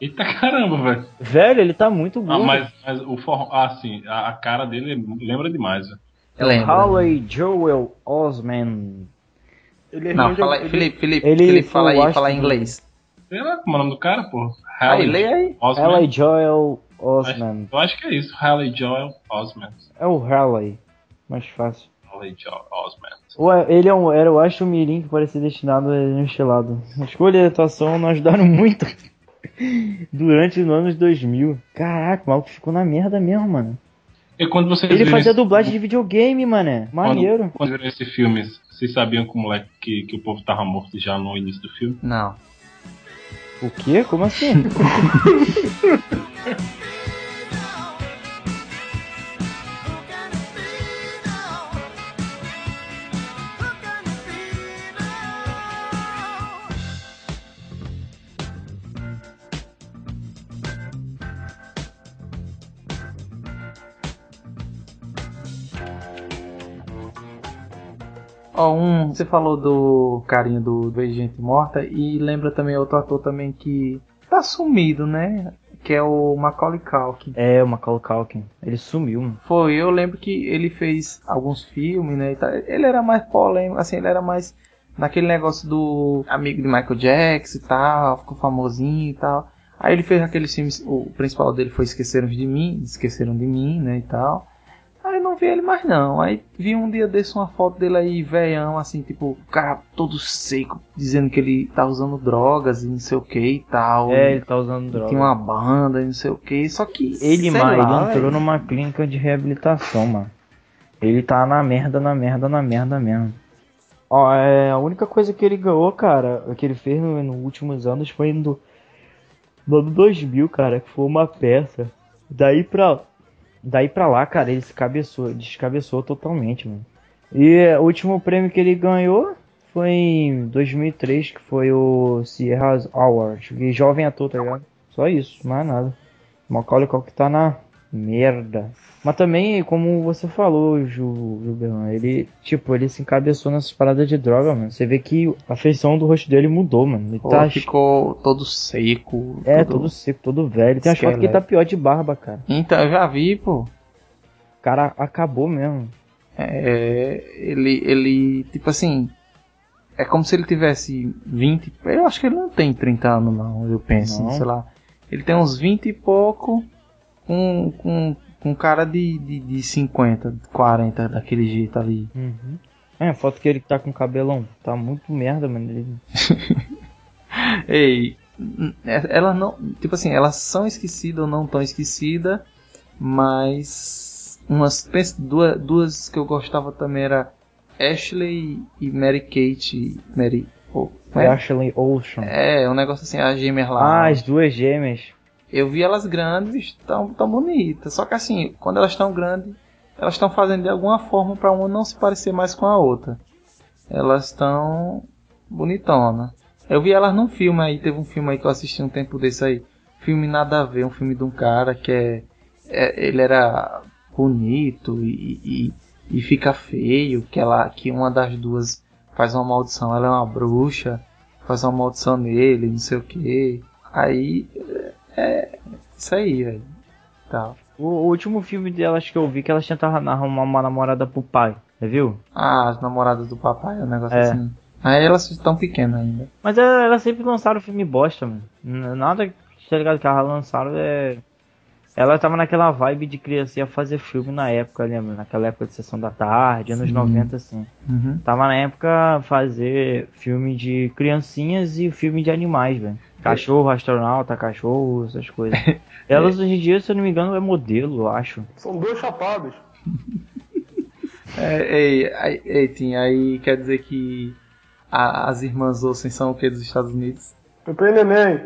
S6: Eita caramba, velho.
S8: Velho, ele tá muito
S6: Ah,
S8: gordo.
S6: mas, mas o forró, ah, sim, a, a cara dele lembra demais. né?
S1: Lembra?
S8: Holloway Joel Osman. Ele
S1: Não, fala aí, Felipe, Felipe,
S8: Ele
S1: Felipe, fala
S8: foi o
S1: aí, fala em
S8: Washington.
S1: inglês.
S6: Sei lá como é o nome do cara, pô.
S1: Aí,
S6: Halle
S1: leia aí.
S6: Osment.
S8: Holloway Joel Osman.
S6: Acho- Eu acho que é isso, Halle Joel Osment.
S8: É o Holloway. Mais fácil.
S6: Halle Joel Osment.
S8: Ué, ele é um, era o Ashton Mirim que parecia destinado a ele estilado. A escolha e a atuação não ajudaram muito durante os anos 2000. Caraca, o maluco ficou na merda mesmo, mano.
S6: E quando vocês
S8: Ele
S6: viram
S8: fazia
S6: esse-
S8: dublagem de videogame, mané.
S6: quando-
S8: Maneiro.
S6: Quando viram esse filme, vocês sabiam que o moleque que, que o povo tava morto já no início do filme?
S1: Não.
S8: O quê? Como assim?
S1: Ó, um, você falou do carinho do Veio Gente Morta e lembra também outro ator também que tá sumido, né? que é o Macaulay Culkin.
S2: É, o Macaulay Culkin. Ele sumiu, mano.
S1: Foi, eu lembro que ele fez alguns filmes, né? e tal. Ele era mais polêmico, assim, ele era mais naquele negócio do amigo de Michael Jackson e tal, ficou famosinho e tal. Aí ele fez aqueles filmes, o principal dele foi Esqueceram de Mim, Esqueceram de Mim, né, e tal. Aí eu não vi ele mais não. Aí vi um dia desse uma foto dele aí, veião, assim, tipo, o cara todo seco, dizendo que ele tá usando drogas e não sei o que e tal.
S2: É, ele tá usando
S1: Tem
S2: droga.
S1: uma banda e não sei o que, só que.
S2: Ele,
S1: sei
S2: mano,
S1: lá,
S2: ele entrou
S1: velho.
S2: numa clínica de reabilitação, mano. Ele tá na merda, na merda, na merda mesmo. Ó, é, a única coisa que ele ganhou, cara, que ele fez no- nos últimos anos foi no, no ano 2000, cara, que foi uma peça. Daí pra, daí pra lá, cara, ele se cabeçou, descabeçou totalmente, mano. E é, o último prêmio que ele ganhou foi em 2003, que foi o Sierra Award, que jovem ator, tá ligado? Só isso, mais tá nada. Macaulay Culkin tá na merda. Mas também, como você falou, Ju, Juberlan, ele, tipo, ele se encabeçou nessas paradas de droga, mano. Você vê que a feição do rosto dele mudou, mano. Ele
S1: Pô,
S2: tá
S1: ficou todo seco.
S2: é,
S1: todo-
S2: todo seco, todo velho. Tem umas fotos que ele tá
S1: Esqueleto.
S2: pior de barba, cara.
S1: Então, eu já vi, pô.
S2: O cara acabou mesmo.
S1: É, ele, ele, tipo assim, é como se ele tivesse 20. Eu acho que ele não tem 30 anos, não, eu penso,
S2: Não.
S1: sei lá. Ele tem uns 20 e pouco, com, com, com cara de, de, de 50, 40, daquele jeito ali.
S2: É, a foto que ele tá com cabelão. Tá muito merda, mano. Ele-
S1: Ei, n- é- elas não. Tipo assim, elas são esquecidas ou não tão esquecidas, mas umas pens- duas, duas que eu gostava também era Ashley e Mary Kate. Mary. Oh,
S8: É
S2: Foi Ashley Ocean.
S1: É, um negócio assim, a gêmea lá.
S2: Ah, as duas gêmeas.
S1: Eu vi elas grandes, tão, tão bonitas. Só que assim, quando elas estão grandes, elas estão fazendo de alguma forma pra uma não se parecer mais com a outra. Elas estão bonitona. Eu vi elas num filme aí, teve um filme aí que eu assisti um tempo desse aí. Filme nada a ver, um filme de um cara que é. é- ele era bonito e, e, e fica feio, que ela que uma das duas faz uma maldição, ela é uma bruxa, faz uma maldição nele, não sei o que. Aí isso aí, velho. Tá.
S2: O, o último filme delas que eu vi que elas tentavam arrumar uma namorada pro pai, você viu?
S1: Ah, as namoradas do papai, um negócio
S2: É.
S1: assim. Aí elas estão pequenas ainda.
S2: Mas ela- elas sempre lançaram filme bosta, mano. N- Nada, tá ligado? Que elas lançaram é. Ela tava naquela vibe de criança ia fazer filme na época, lembra? Naquela época de sessão da tarde, anos
S1: Sim.
S2: 90, assim.
S1: Uhum.
S2: Tava na época fazer filme de criancinhas e filme de animais, velho. Cachorro, astronauta, cachorro, essas coisas. Elas hoje em dia, se eu não me engano, é modelo, eu acho.
S3: São dois chapados.
S1: É, ei, aí, ei, Tim, aí quer dizer que a- as irmãs Olsen são o que dos Estados Unidos?
S3: Pepe e Neném.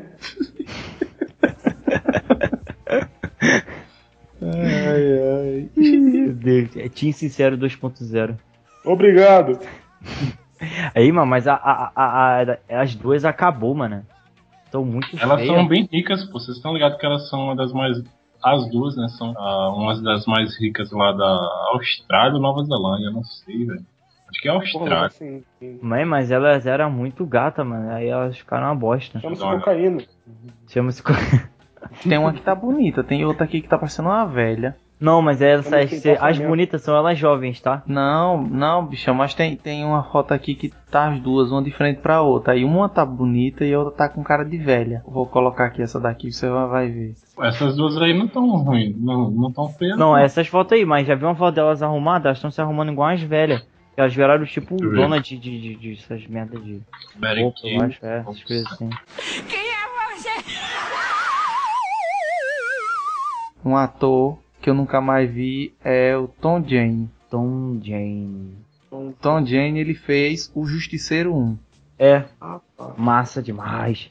S1: Ai, ai.
S2: Meu Deus, é Team Sincero 2.0.
S3: Obrigado.
S2: Aí, mano, mas a, a- a- a- as duas acabou, mano. Estão muito
S6: Elas
S2: feias.
S6: são bem ricas, pô. Vocês estão ligados que elas são uma das mais. As duas, né? São ah, uma das mais ricas lá da Austrália ou Nova Zelândia, não sei, velho. Acho que é
S3: Porra,
S6: Austrália.
S3: assim. assim.
S2: Mãe, mas elas eram muito gata, mano. Aí elas ficaram uma bosta.
S3: Chama-se
S6: Droga.
S3: cocaína.
S2: Chama-se.
S1: Tem uma que tá bonita, tem outra aqui que tá parecendo uma velha.
S2: Não, mas elas,
S3: Chama-se
S2: as, as
S3: encaixamento.
S2: bonitas são elas jovens, tá?
S1: Não, não, bicha, mas tem, tem uma foto aqui que tá as duas, uma de frente pra outra. Aí uma tá bonita e a outra tá com cara de velha. Vou colocar aqui essa daqui, você vai vai ver.
S6: Pô, Essas duas aí não tão ruins, não, não tão feias.
S2: Não, essas fotos aí, mas já viu uma foto delas arrumadas? Elas estão se arrumando igual as velhas. Elas viraram tipo
S6: eu ver.
S2: dona de, de, de, de essas merdas de
S6: Mary
S2: roupa, eu
S6: Kay.
S2: acho. É, essas coisas assim.
S1: um ator que eu nunca mais vi é o Tom Jane.
S2: Tom é um Jane.
S1: O Tom Jane ele fez o Justiceiro 1.
S2: É. Massa demais.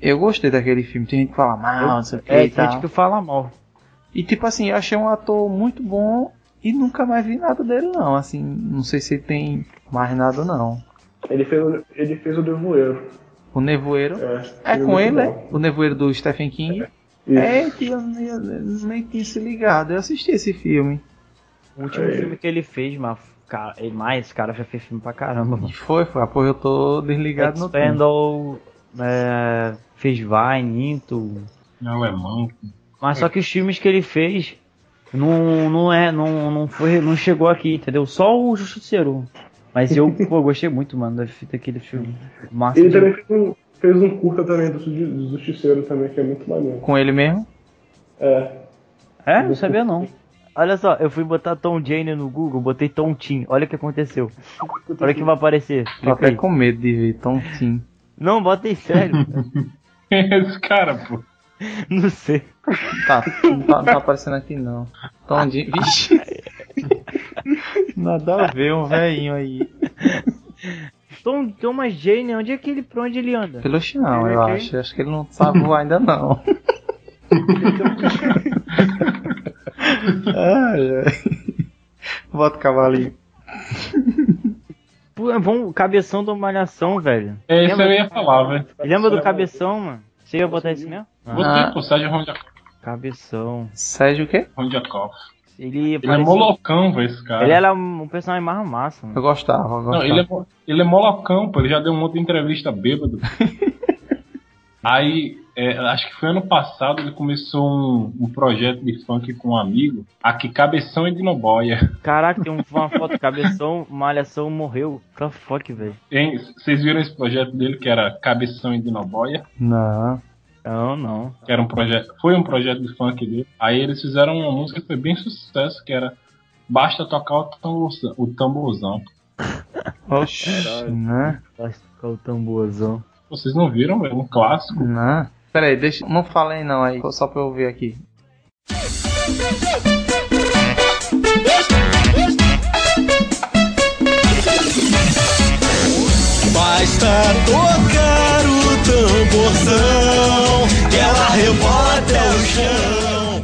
S1: Eu gostei daquele filme, tem gente que fala mal, não sei o que
S2: É,
S1: e
S2: tem
S1: tal.
S2: gente que fala mal.
S1: E tipo assim, eu achei um ator muito bom e nunca mais vi nada dele não, assim, não sei se ele tem mais nada não.
S3: Ele fez, o- ele fez o Devoeiro.
S1: O Nevoeiro
S3: É,
S1: é com
S3: muito
S1: ele,
S3: bom.
S1: é? O Nevoeiro do Stephen King.
S3: Isso.
S1: É, que eu nem, eu nem tinha se ligado. Eu assisti esse filme.
S2: O último filme que ele fez, mas, cara, e mais, esse cara já fez filme pra caramba, mano.
S1: E foi, foi. Ah, Pô, eu tô desligado no tempo.
S2: Expandal, é, fez Vine, Into,
S6: Em alemão.
S2: Mas
S3: É.
S2: só que os filmes que ele fez não, não é, não, não foi, não chegou aqui, entendeu? Só o Justiceiro. Mas eu, pô, gostei muito, mano, da fita aquele filme. Massa
S3: Ele
S2: de-
S3: também fez um, fez um curta também do, Ju- do Justiceiro também, que é muito maneiro.
S1: Com ele mesmo?
S3: É.
S2: É, não sabia não. Olha só, eu fui botar Tom Jane no Google, botei Tom Tim. Olha o que aconteceu. Olha o que vai aparecer.
S1: Tô
S2: Clica
S1: até
S2: aí.
S1: com medo de ver Tontinho.
S2: Não, bota aí sério.
S6: Esse cara, pô.
S2: não sei.
S1: Tá, não tá, não tá aparecendo aqui não. Tontinho. Vixe. Nada a ver um velhinho aí.
S2: Tom, Thomas Jane, onde é que ele, pra onde ele anda?
S1: Pelo chão,
S3: Ele é
S1: eu
S3: quem?
S1: acho. Eu acho que ele não sabe voar ainda não. ai, ai. Bota o cavalinho.
S2: Pô, vamos, cabeção do Malhação, velho.
S6: É isso
S2: Lembra-
S6: eu ia falar, velho.
S2: Lembra do cabeção, mano? Você ia botar isso mesmo? Ah,
S6: Botei, pô, Sérgio Rondiakoff.
S2: cabeção.
S1: Sérgio o quê?
S6: Rondiakoff.
S2: Ele,
S6: Ele é
S2: parecia-
S6: molocão, velho, esse cara.
S2: ele era um personagem mais massa, mano.
S1: Eu gostava, eu gostava.
S6: Não, ele é, mo- ele é molocão, pô. Ele já deu um monte de entrevista bêbado. Aí, é, acho que foi ano passado, ele começou um, um projeto de funk com um amigo. Aqui, Cabeção e Dinoboia.
S2: Caraca, tem um- uma foto, cabeção, malhação morreu. Tá fuck, velho.
S6: Hein? Vocês viram esse projeto dele, que era Cabeção e Dinoboia?
S1: Não.
S2: Não, não.
S6: que era um projeto, foi um projeto de funk dele. Aí eles fizeram uma música que foi bem sucesso, que era Basta tocar o tamborzão. O tamborzão.
S1: Oxi, né?
S2: Vai ficar o tamborzão.
S6: Vocês não viram, velho? Um clássico.
S1: Não. Pera aí, deixa. Não falei não aí, só pra eu ver aqui.
S5: Basta tocar o tamborzão que ela rebota o chão.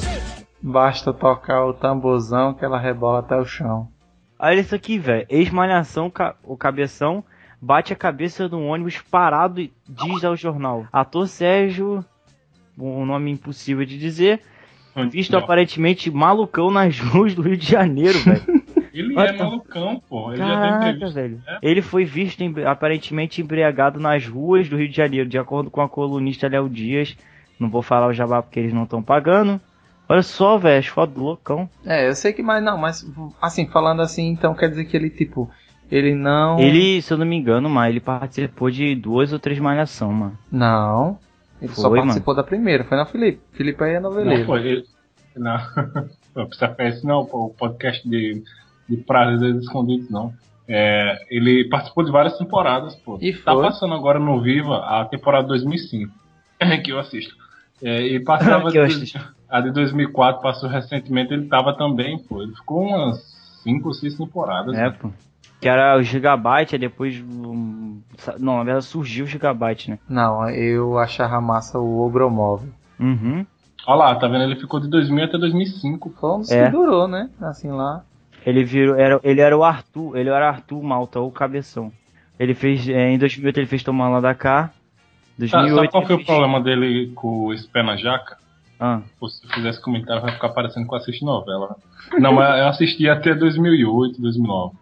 S1: Basta tocar o tamborzão que ela rebola até o chão.
S2: Olha isso aqui, velho. Ex-malhação, ca- o cabeção, bate a cabeça de um ônibus parado e diz ao jornal. Ator Sérgio, um nome impossível de dizer, visto aparentemente malucão nas ruas do Rio de Janeiro, velho.
S6: Ele
S2: What
S6: é
S2: the-
S6: malucão, pô. Ele já deu
S2: tá. Caraca,
S6: entrevista. né?
S2: velho. Ele foi visto em- aparentemente embriagado nas ruas do Rio de Janeiro, de acordo com a colunista Léo Dias. Não vou falar o jabá porque eles não estão pagando. Olha só, velho, as fotos do loucão.
S1: É, eu sei que, mas não, mas assim, falando assim, então quer dizer que ele, tipo, ele não.
S2: Ele, se eu não me engano, mas ele participou de duas ou três malhação, mano.
S1: Não. Ele só
S2: Foi,
S1: participou da primeira, foi na Felipe. Felipe aí é
S6: Não,
S1: noveleiro.
S6: pô, ele... Não. não precisa ficar isso, não, pô. O podcast de, de prazeres escondidos, não. É, ele participou de várias temporadas, pô.
S1: E
S6: Tá
S1: foi.
S6: passando agora no Viva a temporada 2005, que eu assisto. É, e passava
S2: Que eu
S6: de-
S2: assisto.
S6: a de 2004 passou recentemente, ele tava também, pô. Ele ficou umas 5 ou 6 temporadas.
S2: É, pô. Que era o Gigabyte, aí depois. hum, sa- Não, na verdade surgiu o Gigabyte, né?
S1: Não, eu achava massa o Ogromóvel.
S2: Uhum.
S6: Olha lá, tá vendo? Ele ficou de 2000 até 2005.
S1: Foi um dos
S2: É.
S1: que durou, né? Assim lá.
S2: Ele virou. Era, ele era o Arthur, ele era Arthur Malta, ou Cabeção. Ele fez. é, em 2008 ele fez Tomar Lá da Cá. 2008.
S6: Sabe, sabe Tá, qual
S2: ele
S6: foi o
S2: fez-
S6: problema dele com esse pé na jaca?
S2: Ah,
S6: Pô, se eu fizesse comentário, vai ficar parecendo que eu assisto novela. né? Não, mas eu assisti até 2008, 2009.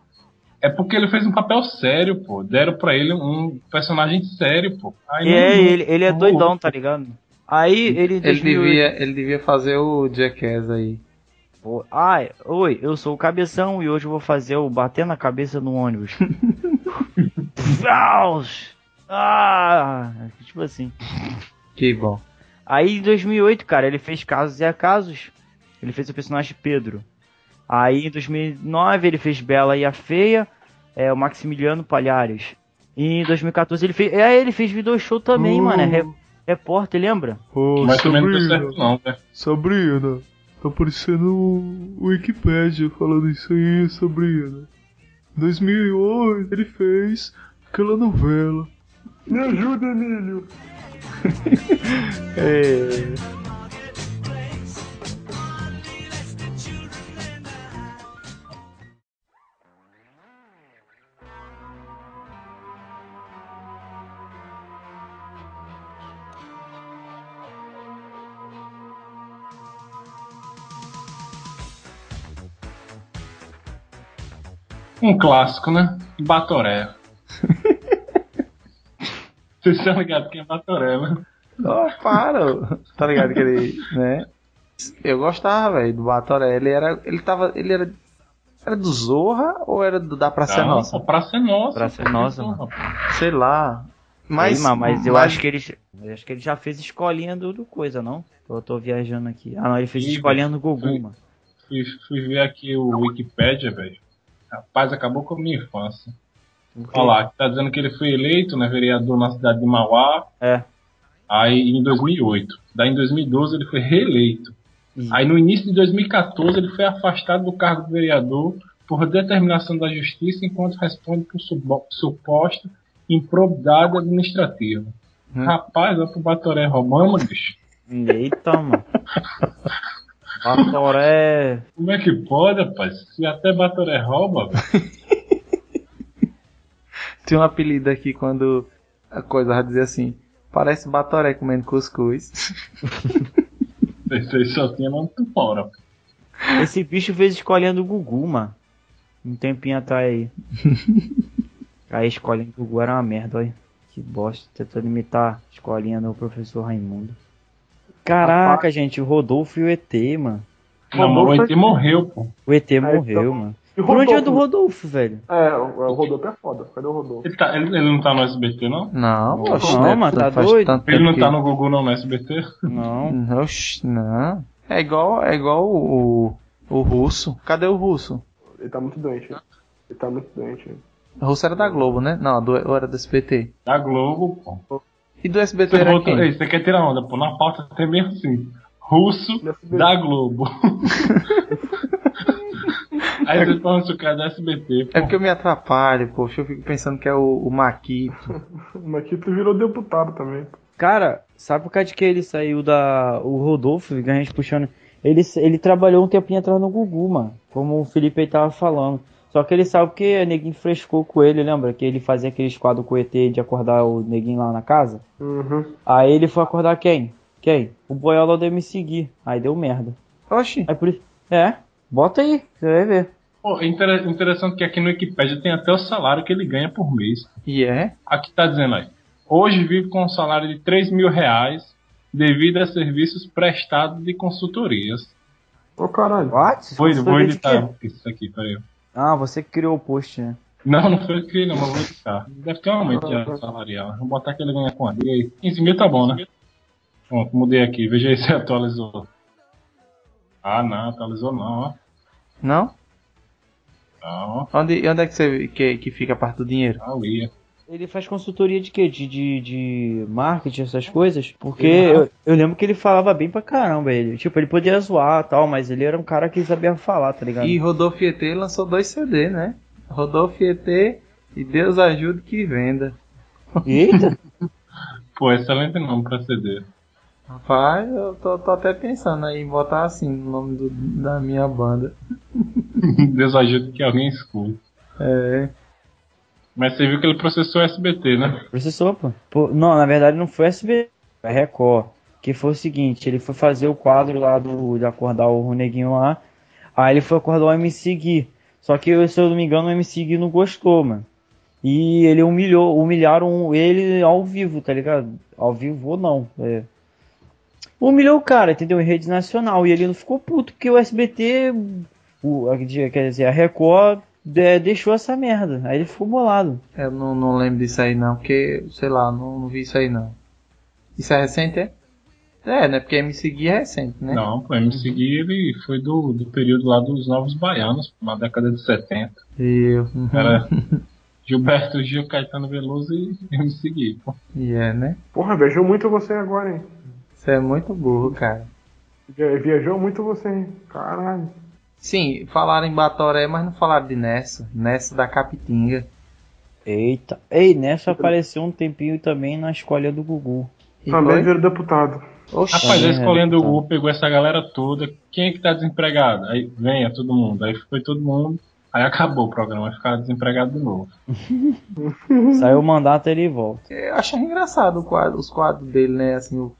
S6: É porque ele fez um papel sério, pô. Deram pra ele um personagem sério, pô. Aí
S2: e
S6: não-
S2: é, ele, ele é
S6: não-
S2: doidão, tá ligado? Aí ele. em
S1: Ele
S2: 2008
S1: devia, ele devia fazer o Jackass aí.
S2: Pô, ai, oi, eu sou o Cabeção e hoje eu vou fazer o bater na cabeça no ônibus. Zaus! ah, tipo assim.
S1: Que bom.
S2: Aí em 2008, cara, ele fez Casos e Acasos. Ele fez o personagem Pedro. Aí em 2009 ele fez Bela e a Feia, é, o Maximiliano Palhares. E em 2014 ele fez, é, ele fez Video Show também,
S1: Uh.
S2: mano, é re- repórter, lembra?
S1: Ô,
S6: Mas também não deu certo, não, né?
S1: Sabrina, tá aparecendo o Wikipedia falando isso aí, Sabrina. 2008 ele fez aquela novela.
S3: Me ajuda, Emílio.
S6: Um clássico, né? tá Batoré. Vocês estão ligados quem é Batoré, né?
S1: Oh, para! ô. Tá ligado que ele, né? Eu gostava, velho, do Batoré. Ele era. Ele tava. Ele era. Era do Zorra ou era do, da Praça é Nossa?
S6: Nossa, praça é nossa.
S2: Praça é nossa,
S6: porra.
S1: Sei lá. Mas,
S2: Mas, mas eu acho que ele. eu acho que ele já fez escolinha do, do coisa, não? Eu tô viajando aqui. Ah não, ele fez
S6: Ih,
S2: escolinha no Gugu,
S6: foi.
S2: mano.
S6: Fui, fui ver aqui o Wikipedia, velho. Rapaz, acabou com a minha infância. Olha lá, tá dizendo que ele foi eleito, né, vereador na cidade de Mauá,
S2: É.
S6: aí em 2008. Daí em 2012 ele foi reeleito.
S2: Ih.
S6: Aí no início de 2014 ele foi afastado do cargo de vereador por determinação da justiça enquanto responde por subo- suposta improbidade administrativa. Rapaz, olha pro Batoré roubando, bicho.
S2: Eita, mano. Batoré.
S6: Como é que pode, rapaz? Se até Batoré rouba, velho.
S1: Tinha um apelido aqui quando a coisa vai dizer assim. Parece Batoré comendo cuscuz.
S6: Esse aí só tinha nome do Paura.
S2: Esse bicho fez escolinha do Gugu, mano. Um tempinho atrás aí. Aí a escolinha do Gugu era uma merda, olha. Que bosta. Tentando imitar a escolinha do professor Raimundo. Caraca, gente, o Rodolfo e o ET, mano.
S1: Tá
S6: Não, mas o ET morreu, pô.
S2: O ET morreu, mano.
S3: então, E o
S2: Por onde é do
S3: Rodolfo?
S2: Rodolfo, velho?
S3: É, o o Rodolfo é foda. Cadê o Rodolfo?
S6: Ele, tá- ele- ele não tá no SBT, não?
S1: Não, oxe,
S2: não,
S1: né,
S2: mas tá
S1: faz
S2: doido?
S1: tanto
S6: Ele
S1: tempo
S6: não
S1: É que-
S6: tá no Google, não, no SBT?
S2: Não.
S1: Oxi, não. É igual, é igual o, o, o russo. Cadê o russo?
S3: Ele tá muito doente. Ele tá muito doente.
S1: O russo era da Globo, né? Não, do, ou era do SBT.
S6: Da Globo, pô.
S1: E do SBT
S6: Você,
S1: era
S6: botou,
S1: quem?
S6: ei, você quer tirar onda, pô. Na pauta tem mesmo assim. Russo
S3: No SBT.
S6: da Globo. Aí você fala se o cara é da SBT, pô.
S1: É porque eu me atrapalho, poxa. Eu fico pensando que é o, o Maquito.
S3: O Maquito virou deputado também.
S2: Cara, sabe por causa de que ele saiu da. O Rodolfo, que a gente puxando. Ele, ele trabalhou um tempinho atrás no Gugu, mano. Como o Felipe aí tava falando. Só que ele sabe porque a neguinho frescou com ele, lembra? Que ele fazia aquele quadro com o ET de acordar o neguinho lá na casa.
S3: Uhum.
S2: Aí ele foi acordar quem? Quem? O Boiola deu me seguir. Aí deu merda.
S1: Oxi.
S2: Aí por isso. É, bota aí, você vai ver.
S6: Pô, é inter- interessante que aqui no Wikipedia tem até o salário que ele ganha por mês.
S1: E é?
S6: Aqui tá dizendo aí. Hoje vive com um salário de 3 mil reais devido a serviços prestados de consultorias.
S3: Ô caralho.
S2: What?
S6: Vou,
S2: Você
S6: vou
S2: vê de
S6: editar
S2: quê?
S6: isso aqui, peraí.
S2: Ah, você que criou o post, né?
S6: Não, não foi o que não, mas vou editar. Deve ter um aumento de salarial. Vou botar que ele ganha quanto? E aí? 15 mil tá bom, né? Pronto, mudei aqui. Veja aí se atualizou. Ah, não, atualizou não, ó. Tá,
S1: Não?
S6: Não,
S1: Onde, onde é que, você, que, que fica a parte do dinheiro?
S6: ah, eu ia.
S2: Ele faz consultoria de quê? De, de, de marketing, essas coisas? Porque eu, eu lembro que ele falava bem pra caramba. Ele, tipo, ele podia zoar e tal, mas ele era um cara que sabia falar, tá ligado?
S1: E Rodolfo ET lançou dois CD, né? Rodolfo ET e Deus ajude que venda.
S2: Eita!
S6: Pô, excelente nome pra CD.
S1: Rapaz, eu tô, tô até pensando aí em botar assim o nome do- da minha banda.
S6: Deus ajuda que alguém escute.
S1: É.
S6: Mas você viu que ele processou o SBT, né?
S2: Processou, pô. Pô, Não, na verdade não foi SB, foi Record. Que foi o seguinte, ele foi fazer o quadro lá do, de acordar o neguinho lá. Aí ele foi acordar o MC Gui. Só que, se eu não me engano, o MC Gui não gostou, mano. E ele humilhou, humilharam ele ao vivo, tá ligado? Ao vivo ou não. é. Humilhou o cara, entendeu? Em rede nacional. E ele não ficou puto, porque o SBT, o, a- quer dizer, a Record é, deixou essa merda. Aí ele ficou bolado.
S1: Eu não, não lembro disso aí não, porque, sei lá, não, não vi isso aí não. Isso é recente, é? É, né? Porque me seguir é recente, né?
S6: Não, pô, me
S2: Uhum.
S6: seguir ele foi do, do período lá dos Novos Baianos, na década de 70.
S1: Eu. uhum.
S6: Era Gilberto Gil, Caetano Veloso e MC Gui, pô.
S1: E é, né?
S3: Porra, viajou muito você agora, hein?
S1: Você é muito burro, cara.
S3: Vi- Viajou muito você, hein? Caralho.
S1: Sim, falaram em Batoré, mas não falaram de Nesso. Nesso da Capitinga.
S2: Eita. Ei, Nesso apareceu um tempinho também na escolha do Gugu.
S1: E
S3: Também
S1: foi-
S3: virou deputado.
S1: Oxi.
S6: Rapaz, a
S2: Também,
S6: escolinha
S2: né,
S6: do
S2: então.
S6: Google pegou essa galera toda. Quem é que tá desempregado? Aí venha todo mundo. Aí foi todo mundo. Aí acabou o programa, vai ficar desempregado de novo.
S2: Saiu o mandato ele volta.
S1: Eu achava engraçado o quadro- os quadros dele, né? Assim, o-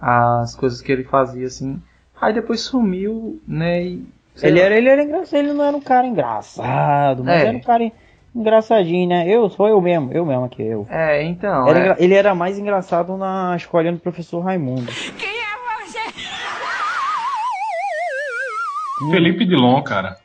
S1: as coisas que ele fazia, assim. Aí depois sumiu, né? E, sei
S2: Ele é-
S1: lá.
S2: era, ele era engraçado, ele não era um cara engraçado, mas
S1: É.
S2: era um cara. en- engraçadinho, né? Eu sou eu mesmo, eu mesmo aqui, eu.
S1: É, então.
S2: Era
S1: é.
S2: engra- Ele era mais engraçado na escolinha do professor Raimundo.
S7: Quem é você?
S2: Hum.
S6: Felipe Dilon, cara.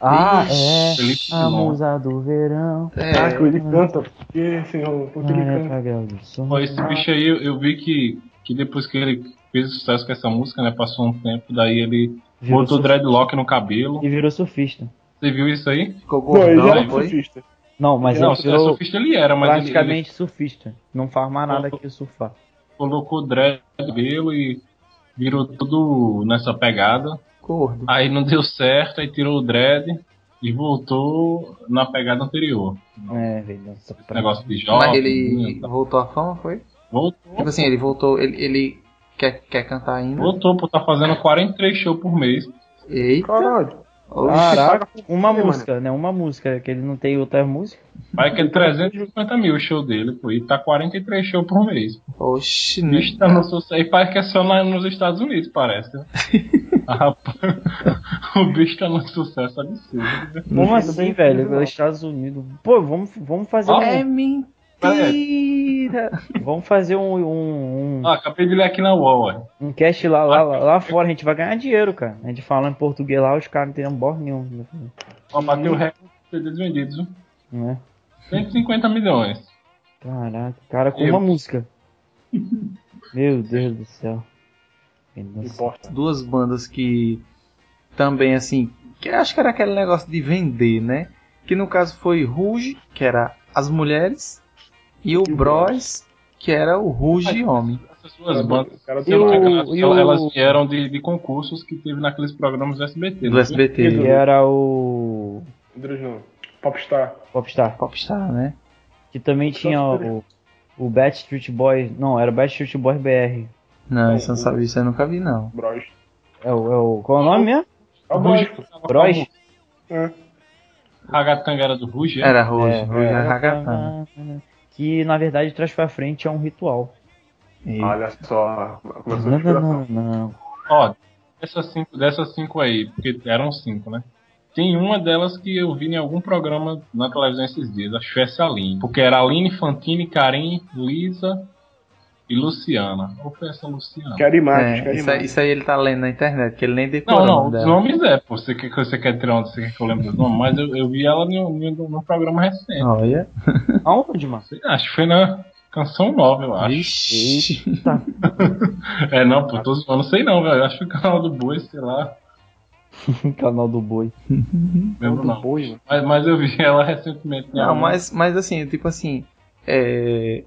S2: Ah,
S1: Ixi.
S2: é.
S6: Felipe
S2: A
S6: Dilon.
S2: musa do verão.
S1: É,
S3: Ah, que ele canta. Porque, senhor, porque ele
S2: Ah, é
S3: canta.
S2: Cagal do Sol.
S6: Pô, esse bicho aí, eu, eu vi que, que depois que ele fez sucesso com essa música, né? Passou um tempo, daí ele
S2: Virou
S6: botou
S2: surf-
S6: dreadlock no cabelo.
S2: E virou surfista.
S6: Você viu isso aí?
S1: ficou
S3: Pô, ele é
S1: gordão,
S3: era
S6: não,
S1: foi?
S3: surfista.
S2: Não, mas
S6: não,
S2: ele virou
S6: surfista ele era, mas ele- ele,
S2: praticamente surfista. Não faz mais nada que surfar.
S6: colocou dread no cabelo e virou tudo nessa pegada.
S1: Gordo.
S6: Aí não deu certo, aí tirou o dread e voltou na pegada anterior.
S2: É, velho. nossa,
S6: Esse negócio de jovem.
S1: Mas ele
S6: né, tá.
S1: voltou à fama, foi?
S6: Voltou,
S1: Tipo assim, ele voltou, ele, ele quer, quer cantar ainda.
S6: voltou, pô, tá fazendo 43 shows por mês.
S1: Eita,
S3: Caralho.
S1: oxe,
S2: Caraca, uma
S3: mano.
S2: música, né? Uma música, que ele não tem outra música.
S6: Vai que é 350 mil o show dele, pô, e tá 43 shows por mês.
S1: oxe,
S2: Hum.
S6: O
S1: né?
S6: bicho tá no sucesso. E parece que é só na- nos Estados Unidos, parece. né? Rapaz, o bicho tá no sucesso absurdo.
S2: Como assim, velho? Os Estados Unidos. Pô, vamos, vamos fazer um.
S1: É mentira!
S2: Vamos fazer um, um, um,
S6: Ah, acabei de ler aqui na UOL, ó.
S2: um cast lá,
S6: Ah.
S2: lá, lá, lá fora, a gente vai ganhar dinheiro, cara. A gente fala em português lá, os caras não teriam borra nenhum.
S6: Ó, bateu o recorde de CDs vendidos, viu?
S2: Né?
S6: 150 milhões.
S2: Caraca, cara, é com
S6: Eu.
S2: uma música. Meu Deus do céu. Nossa.
S3: Que bosta.
S1: Duas bandas que também, assim, que eu acho que era aquele negócio de vender, né? Que no caso foi Ruge, que era as mulheres, e o Bros, que era o Ruge homem.
S6: Essas duas bandas.
S3: O cara
S2: É, E o-
S3: tem uma-
S6: elas,
S2: e o-
S6: elas vieram de, de concursos que teve naqueles programas do SBT.
S1: Do
S6: né?
S2: Que
S1: SBT,
S2: era o
S3: Deus não. Popstar.
S2: Popstar.
S1: Popstar, né?
S2: Que também tinha o, o Backstreet Boys. Não, era o Backstreet Boys BR.
S1: Não, isso eu não sabia, isso eu nunca vi, não.
S3: Bros.
S2: É o, é o, qual é o nome mesmo?
S3: É o
S6: Ruge.
S3: Bros.
S2: Bros?
S3: é.
S6: A gatanga era do Ruge, é?
S1: Era Ruge,
S2: É,
S1: Ruge era Ragatana.
S2: Ah. Que na verdade traz pra frente é um ritual.
S1: E-
S3: Olha só. Começou
S2: Não,
S3: a
S2: não,
S3: inspiração.
S2: não, não.
S6: Ó, dessas cinco, dessas cinco aí, porque eram cinco, né? Tem uma delas que eu vi em algum programa na televisão esses dias, acho que foi essa Aline. Porque era Aline, Fantine, Karim, Lisa e Luciana. Ou foi essa Luciana?
S3: Quero imagens,
S1: É,
S3: quero
S1: isso, aí,
S3: imagens.
S1: isso aí ele tá lendo na internet, que ele nem decorou
S6: Não,
S1: o
S6: não,
S1: nome dela.
S6: os nomes é, pô. Você quer, que- você quer tirar onde você quer que eu lembre dos nomes, mas eu, eu vi ela em um- em um num programa recente.
S1: Olha.
S2: Aonde, mano?
S6: Sei lá, Acho que foi na Canção Nova, eu acho.
S1: Vixe.
S6: É, não, pô, tô zoando, sei não, velho. Acho que o canal do Boi, sei lá,
S2: Canal do Boi.
S6: lembro
S3: Muito
S6: não.
S3: boi, mano.
S6: Mas, mas eu vi ela recentemente. né?
S1: Não, mas, mas assim, tipo assim, é,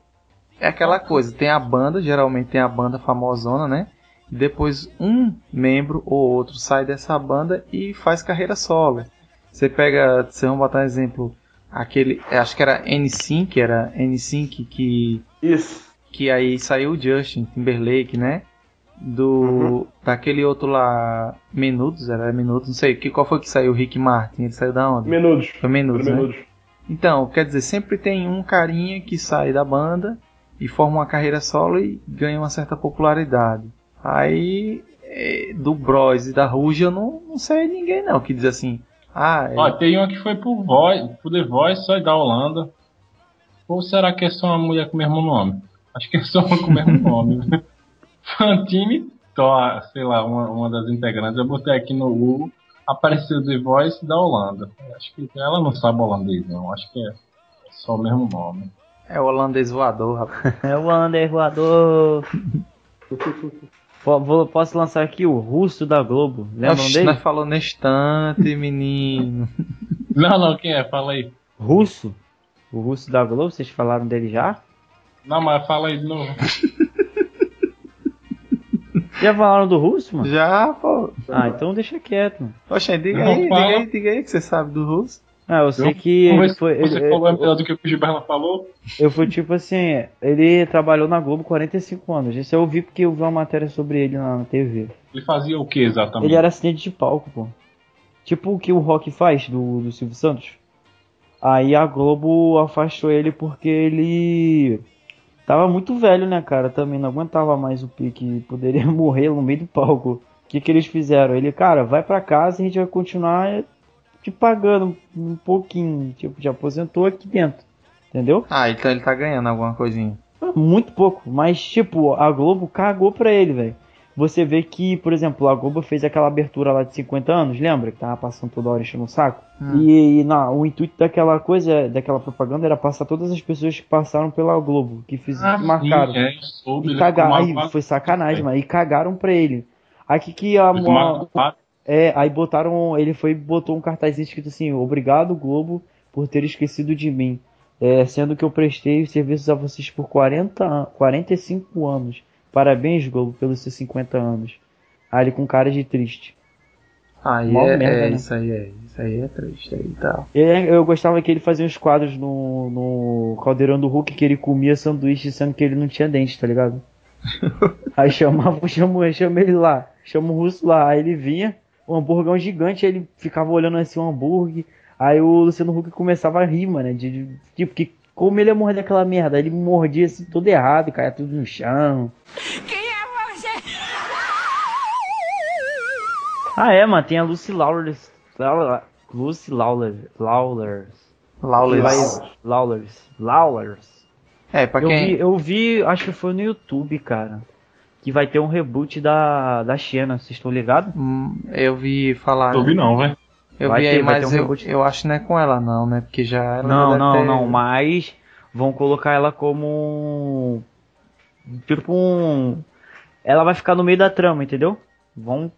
S1: é aquela coisa, tem a banda, geralmente tem a banda famosona, né? Depois um membro ou outro sai dessa banda e faz carreira solo. Você pega, você vamos botar um exemplo, aquele, é, acho que era N5, era N5 que
S3: Isso.
S1: que aí saiu o Justin Timberlake, né? Do daquele outro lá, Minutos, era Minutos, não sei, que qual foi que saiu o Rick Martin? Ele saiu da onde?
S3: Menudos.
S1: Foi Minutos, né?
S3: Menudos.
S1: Então, quer dizer, sempre tem um carinha que sai da banda e forma uma carreira solo e ganha uma certa popularidade. Aí, eh, do Bros e da Ruge, eu não, não sei ninguém não que diz assim, ah, é,
S6: Ó, tem uma que foi pro, Voice, pro The Voice, só da Holanda. Ou será que é só uma mulher com o mesmo nome? Acho que é só uma com o mesmo nome. né? Fantine, tó, sei lá, uma, uma das integrantes. Eu botei aqui no Google, apareceu The Voice da Holanda. Acho que ela não sabe holandês, não. Acho que é só o mesmo nome.
S1: é o holandês voador, rapaz.
S2: É o Ander Voador. Po- vou- Posso lançar aqui o Russo da Globo. Lembram
S1: Oxi,
S2: dele?
S1: Nós falou na estante, menino.
S6: Não, não, quem é? Fala aí.
S2: Russo? O Russo da Globo, vocês falaram dele já?
S6: Não, mas fala aí de novo.
S2: Já falaram do Russo, mano?
S1: Já, pô.
S2: Ah, então deixa quieto, mano.
S1: Oxe, diga
S6: Não
S1: aí,
S6: fala.
S1: diga aí, diga aí que você sabe do russo.
S2: Ah, eu sei
S6: Eu-
S2: que
S6: Vamos ver
S2: ele
S6: se
S2: foi.
S6: Você
S2: ele-
S6: falou é
S2: eu,
S6: melhor do que o que o Gilberto falou.
S2: eu fui tipo assim, ele trabalhou na Globo 45 anos. Isso eu ouvi porque eu vi uma matéria sobre ele na na TV.
S6: Ele fazia o que exatamente?
S2: Ele era assistente de palco, pô. Tipo o que o Rock faz do, do Silvio Santos. Aí a Globo afastou ele porque ele tava muito velho, né, cara? Também não aguentava mais o pique, poderia morrer no meio do palco. O que, que eles fizeram? Ele, cara, vai pra casa e a gente vai continuar te pagando um pouquinho, tipo, te aposentou aqui dentro, entendeu?
S1: Ah, então ele tá ganhando alguma coisinha.
S2: Muito pouco, mas tipo, a Globo cagou pra ele, velho. Você vê que, por exemplo, a Globo fez aquela abertura lá de 50 anos, lembra? Que tava passando toda hora enchendo o saco.
S6: Hum.
S2: E, e na, o intuito daquela coisa, daquela propaganda, era passar todas as pessoas que passaram pela Globo, que fizeram,
S6: sim,
S2: marcaram.
S6: é, eu soube,
S2: E
S6: ele
S2: cagaram,
S6: tomava
S2: Tá aí
S6: quatro-
S2: foi sacanagem, mano. E cagaram pra ele. Aí que que a,
S6: ele tomava
S2: a-
S6: quatro.
S2: é, aí botaram, ele foi e botou um cartaz escrito assim: "Obrigado Globo por ter esquecido de mim, É, sendo que eu prestei os serviços a vocês por 40, an- 45 anos. Parabéns Globo pelos seus 50 anos." Aí ele com cara de triste.
S1: Aí
S2: Mó
S1: é,
S2: merda,
S1: é
S2: né?
S1: isso aí, é isso aí é triste aí e tal.
S2: Ele- É, eu gostava que ele fazia uns quadros no, no Caldeirão do Hulk que ele comia sanduíche sendo que ele não tinha dente, tá ligado? Aí chamava, chama, chama ele lá, chama o russo lá, aí ele vinha, o hambúrguer gigante, aí ele ficava olhando assim o hambúrguer, aí o Luciano Huck começava a rir, mano, de, de- tipo, que como ele ia morder aquela merda, ele mordia assim todo errado, e caía tudo no chão. Ah é, mano, tem a Lucy Lawler, Lawler Lucy Lawler, Lawler,
S1: Lawless.
S2: Lawlers. Lawlers.
S1: É, pra
S2: Eu vi,
S1: quem.
S2: eu vi, acho que foi no YouTube, cara. Que vai ter um reboot da, da Xena, vocês estão ligados?
S1: Hum, Eu vi falar.
S2: Tá
S1: né?
S6: Não ouvi não, velho.
S1: Eu
S2: Vai
S1: vi
S2: ter-
S1: aí,
S2: vai ter
S1: mas
S2: um
S1: eu,
S2: reboot.
S1: eu acho que não é com ela, não, né? Porque já ela
S2: Não,
S1: já deve
S2: não,
S1: ter-
S2: não, mas vão colocar ela como. um- Tipo um. Ela vai ficar no meio da trama, entendeu? Vão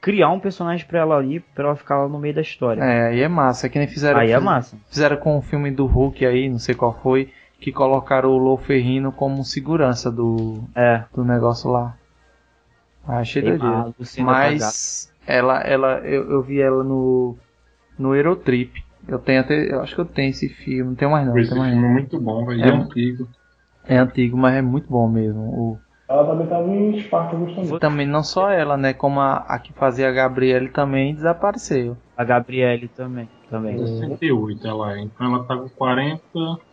S2: criar um personagem pra ela ali, pra ela ficar lá no meio da história.
S1: É, aí é massa. É que nem fizeram,
S2: Aí é
S1: fiz-
S2: massa.
S1: fizeram com o filme do Hulk aí, não sei qual foi, que colocaram o Lou Ferrino como segurança do,
S2: É.
S1: do negócio lá. Ah, Achei doideira.
S2: A Lucinda Cagada.
S1: Mas ela, ela, eu, eu vi ela no no Eurotrip. Eu tenho até, eu acho que eu tenho esse filme, não tenho mais não, não
S6: Esse
S1: tenho mais
S6: filme
S1: não.
S6: é muito bom, velho.
S1: É.
S6: É antigo.
S1: É antigo, mas é muito bom mesmo. O-
S3: Ela também tava em Espartacus também.
S2: Vou-
S1: também não só ela, né, como a, a que fazia a Gabriele também desapareceu.
S2: A Gabriele também.
S6: é
S2: também.
S6: 68 ela é. Então ela tá com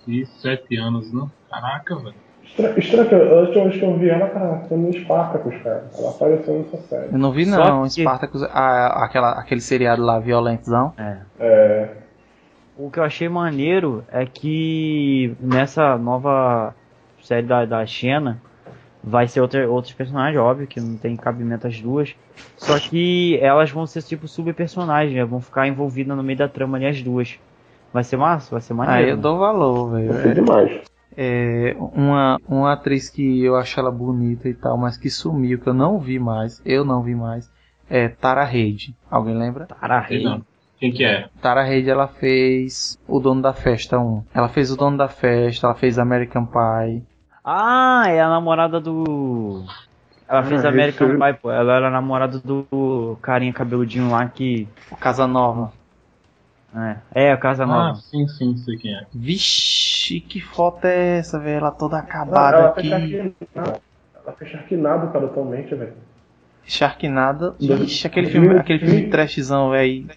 S6: 47 anos, né? Caraca, velho.
S3: Estra- Estranho, que eu- antes de eu- antes que eu vi ela, cara, foi no Espartacus, cara. Ela apareceu nessa série.
S1: Eu não vi
S2: Só
S1: não,
S2: que-
S1: Spartacus, a- aquela, aquele seriado lá violentão.
S2: É.
S3: É.
S2: O que eu achei maneiro é que nessa nova série da, da Xena vai ser outra, outros personagens, óbvio, que não tem cabimento as duas. Só que elas vão ser tipo subpersonagens, né? vão ficar envolvidas no meio da trama ali as duas. Vai ser massa? Vai ser maneiro.
S1: Aí Ah, eu
S2: né?
S1: dou valor, velho.
S3: Gostei demais.
S1: É, uma, uma atriz que eu acho ela bonita e tal, mas que sumiu, que eu não vi mais, eu não vi mais, é Tara Reid. Alguém lembra?
S2: Cara,
S6: Sei
S2: rei.
S6: não. Quem que é?
S1: Tara Reid, ela fez O Dono da Festa 1. Ela fez O Dono da Festa, ela fez American Pie.
S2: Ah, é a namorada do. Ela fez
S3: Ah,
S2: American
S3: esse-
S2: Pie, pô. Ela era a namorada do carinha cabeludinho lá que.
S1: O Casa Nova.
S2: É, é a Casa
S6: Ah,
S2: Nova.
S6: sim, sim, sei quem é.
S1: Vixe, que foto é essa, velho? Ela toda acabada
S3: Ela fez
S1: aqui.
S3: Sharknado. Ela fez Sharknado, cara, atualmente, velho.
S1: Sharknado.
S3: Dois-
S1: Ixi, aquele filme,
S3: dois-
S1: aquele filme trashzão, velho.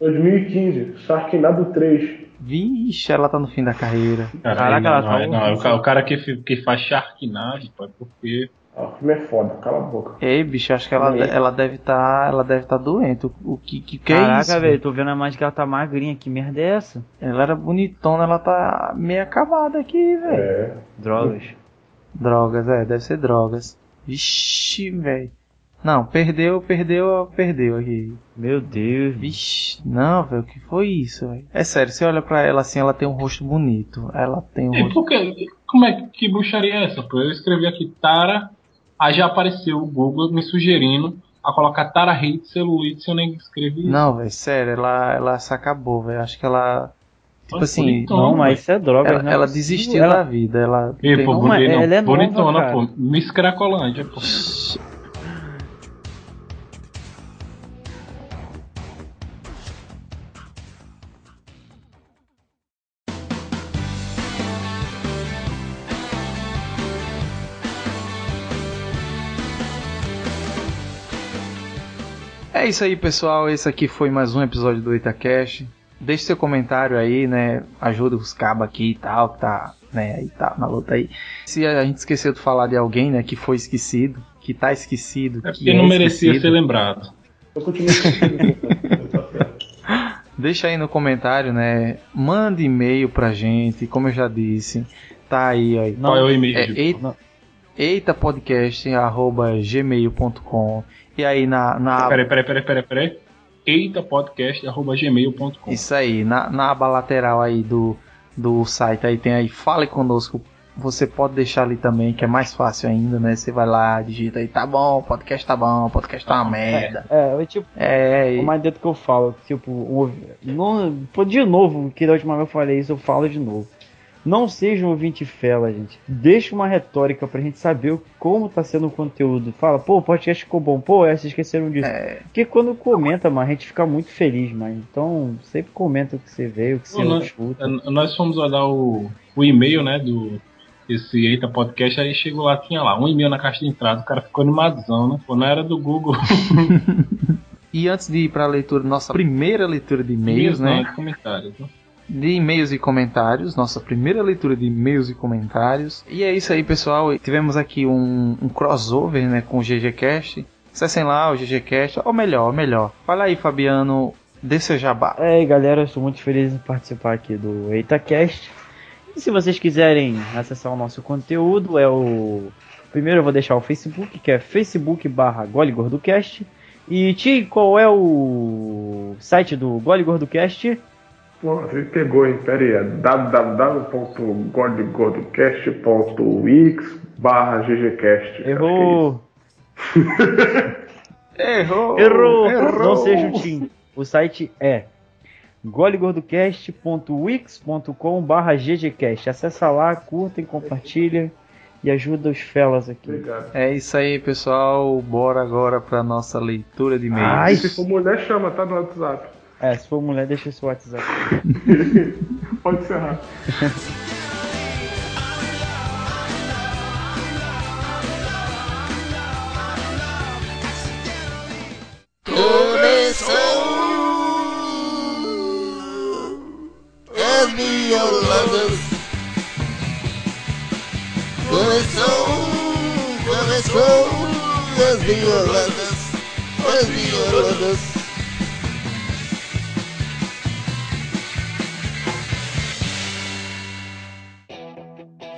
S3: 2015, Sharknado 3.
S1: Vixe, ela tá no fim da carreira.
S2: Caraca, ela
S6: não,
S2: tá
S6: é, não, é o, ca- o cara que, fi- que faz Sharknado, pô, é porque
S3: Ah, o filme é foda, cala a boca.
S1: Ei, bicho, acho que ela,
S3: Amei.
S1: ela deve estar, ela deve tá doente. O- O que que, que é isso?
S2: Caraca, velho, tô vendo a imagem que ela tá magrinha, que merda é essa?
S1: Ela era bonitona, ela tá meio acabada aqui, velho.
S3: É.
S2: Drogas.
S1: Drogas, é, deve ser drogas. Vixe, velho. Não, perdeu, perdeu, perdeu aqui.
S2: Meu Deus.
S1: Vixe, não, velho, o que foi isso, velho? É sério, você olha pra ela assim, ela tem um rosto bonito. Ela tem um
S6: E
S1: rosto.
S6: por que- Como é que bruxaria é essa? Pô? Eu escrevi aqui Tara, aí já apareceu o Google me sugerindo a colocar Tara Hate Celuite se eu nem escrevi.
S1: Não, velho, sério, ela, ela se acabou, velho. Acho que ela. Tipo assim,
S6: bonitona,
S2: Não, mas
S6: velho.
S2: isso é droga,
S1: ela,
S2: né?
S1: ela desistiu
S2: ela,
S1: da vida. Ela.
S6: Ei,
S1: tem- um
S6: pô,
S2: Não,
S6: botei
S2: mas
S6: não.
S2: ela é nova,
S6: Bonitona,
S2: cara.
S6: pô. Miss Cracolândia, pô.
S1: É isso aí, pessoal. Esse aqui foi mais um episódio do Itacast. Deixe seu comentário aí, né? Ajuda os cabos aqui e tal, que tá, né, aí tá na luta aí. Se a gente esqueceu de falar de alguém, né, que foi esquecido, que tá esquecido,
S6: É
S1: que
S6: porque
S1: é
S6: não merecia
S1: esquecido.
S6: ser lembrado.
S3: Eu continuo assistindo. tá certo.
S1: Deixa aí no comentário, né? Manda e-mail pra gente, como eu já disse. Tá aí, aí.
S6: Qual é o e-mail?
S1: É,
S6: Gil?
S1: eita,
S2: Não.
S1: eitapodcast.gmail.com E aí na, na
S6: Peraí, peraí, peraí, peraí, peraí. eitapodcast.gmail.com
S1: Isso aí, na, na aba lateral aí do, do site aí tem aí Fale Conosco. Você pode deixar ali também, que é mais fácil ainda, né? Você vai lá, digita aí, tá bom, podcast tá bom, podcast tá uma merda.
S2: É, eu, tipo,
S1: É,
S2: o
S1: e-
S2: mais dentro que eu falo, tipo, o- não, pô, de novo, que da última vez eu falei isso, eu falo de novo. Não seja um ouvinte fela, gente. Deixa uma retórica pra gente saber o- como tá sendo o conteúdo. Fala, pô, o podcast ficou bom, pô, é, vocês esqueceram disso. Porque quando comenta, mano, a gente fica muito feliz, mano. Então, sempre comenta o que você vê, o que você
S6: Não, não.
S2: escuta.
S6: N- É, Nós fomos olhar o, o e-mail, né, do esse Eita Podcast, aí chegou lá, tinha lá um e-mail na caixa de entrada, o cara ficou animadão, né? Pô, não era do Google.
S1: e antes de ir pra leitura, nossa primeira leitura de e-mails, né?
S6: Não, de comentários, né?
S1: de e-mails e comentários, nossa primeira leitura de e-mails e comentários. E é isso aí, pessoal. Tivemos aqui um, um crossover né, com o GGCast. Acessem lá o GGCast, ou melhor, ou melhor. Fala aí, Fabiano, dê seu jabá.
S2: É, e galera, eu estou muito feliz em participar aqui do EitaCast. E se vocês quiserem acessar o nosso conteúdo, é o. Primeiro eu vou deixar o Facebook, que é Facebook barra GoleGordoCast. E Ti, qual é o site do GoleGordoCast?
S3: Pô, você pegou, hein? Pera aí, é www.gordgordcast.wix barra ggcast.
S1: é
S3: é
S2: Eu vou.
S1: Errou!
S2: Errou! Não seja o Tim. O site é golegordocast.wix.com ggcast. Acessa lá, curtem, compartilhem e ajuda os felas aqui.
S3: Obrigado.
S1: É isso aí, pessoal. Bora agora pra nossa leitura de e-mails.
S2: Ai,
S3: Se for mulher, chama, tá? No WhatsApp.
S2: É, se for mulher, deixa seu WhatsApp.
S3: Pode encerrar.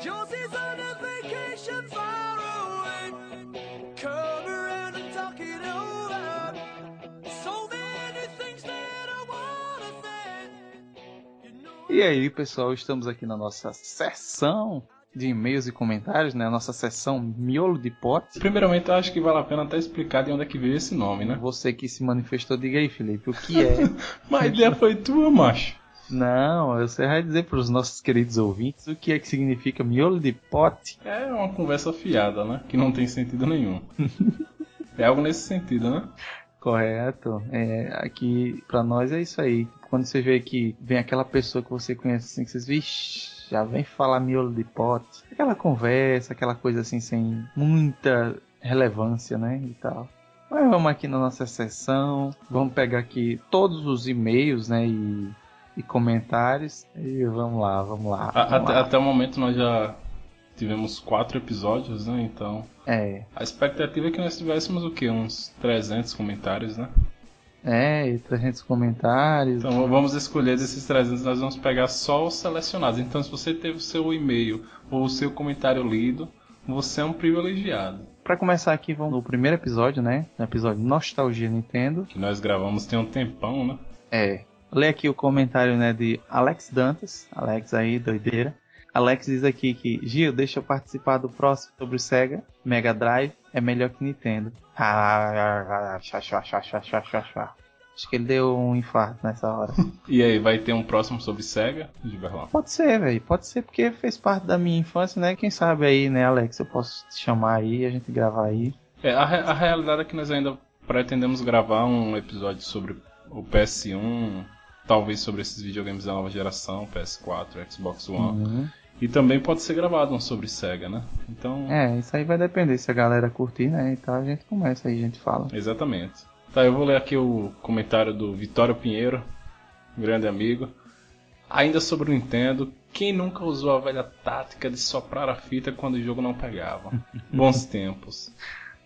S5: Josie's on a vacation far away. Come around and talk it over. So many things that I wanna say. You know.
S1: E aí, pessoal, estamos aqui na nossa sessão de e-mails e comentários, né? A nossa sessão miolo de pote.
S6: Primeiramente, eu acho que vale a pena até explicar de onde é que veio esse nome, né?
S1: Você que se manifestou, diga aí, Felipe, o que é
S6: Mas a ideia foi tua, macho.
S1: Não, você vai dizer para os nossos queridos ouvintes o que é que significa miolo de pote.
S6: É uma conversa fiada, né? Que não tem sentido nenhum. É algo nesse sentido, né?
S1: Correto. É, aqui para nós é isso aí. Quando você vê que vem aquela pessoa que você conhece assim, que vocês vixi, já vem falar miolo de pote. Aquela conversa, aquela coisa assim sem muita relevância, né? E tal. Mas vamos aqui na nossa sessão. Vamos pegar aqui todos os e-mails, né? E, e comentários. E vamos lá, vamos lá.
S6: A-
S1: vamos
S6: até,
S1: lá.
S6: até o momento nós já tivemos quatro episódios, né? Então,
S1: É.
S6: a expectativa é que nós tivéssemos o quê? Uns 300 comentários, né?
S1: É, e 300 comentários.
S6: Então vamos escolher desses 300, nós vamos pegar só os selecionados. Então se você teve o seu e-mail ou o seu comentário lido, você é um privilegiado.
S1: Pra começar aqui, vamos no primeiro episódio, né? No episódio Nostalgia Nintendo.
S6: Que nós gravamos tem um tempão, né?
S1: É. Lê aqui o comentário, né, de Alex Dantas. Alex aí, doideira. Alex diz aqui que, Gil, deixa eu participar do próximo sobre o Sega. Mega Drive é melhor que Nintendo. Ah, chá, chá, chá, chá, chá, chá, chá. Acho que ele deu um infarto nessa hora.
S6: E aí, vai ter um próximo sobre SEGA, Giberlão?
S1: Pode ser, velho. Pode ser porque fez parte da minha infância, né? Quem sabe aí, né, Alex? Eu posso te chamar aí, a gente gravar aí.
S6: É, a, re- a realidade é que nós ainda pretendemos gravar um episódio sobre o PS1, talvez sobre esses videogames da nova geração, PS4, Xbox One.
S1: Uhum.
S6: E também pode ser gravado um sobre SEGA, né? Então,
S1: É, isso aí vai depender se a galera curtir, né? Então a gente começa aí, a gente fala.
S6: Exatamente. Tá, eu vou ler aqui o comentário do Vitório Pinheiro, grande amigo. Ainda sobre o Nintendo, quem nunca usou a velha tática de soprar a fita quando o jogo não pegava? Bons tempos.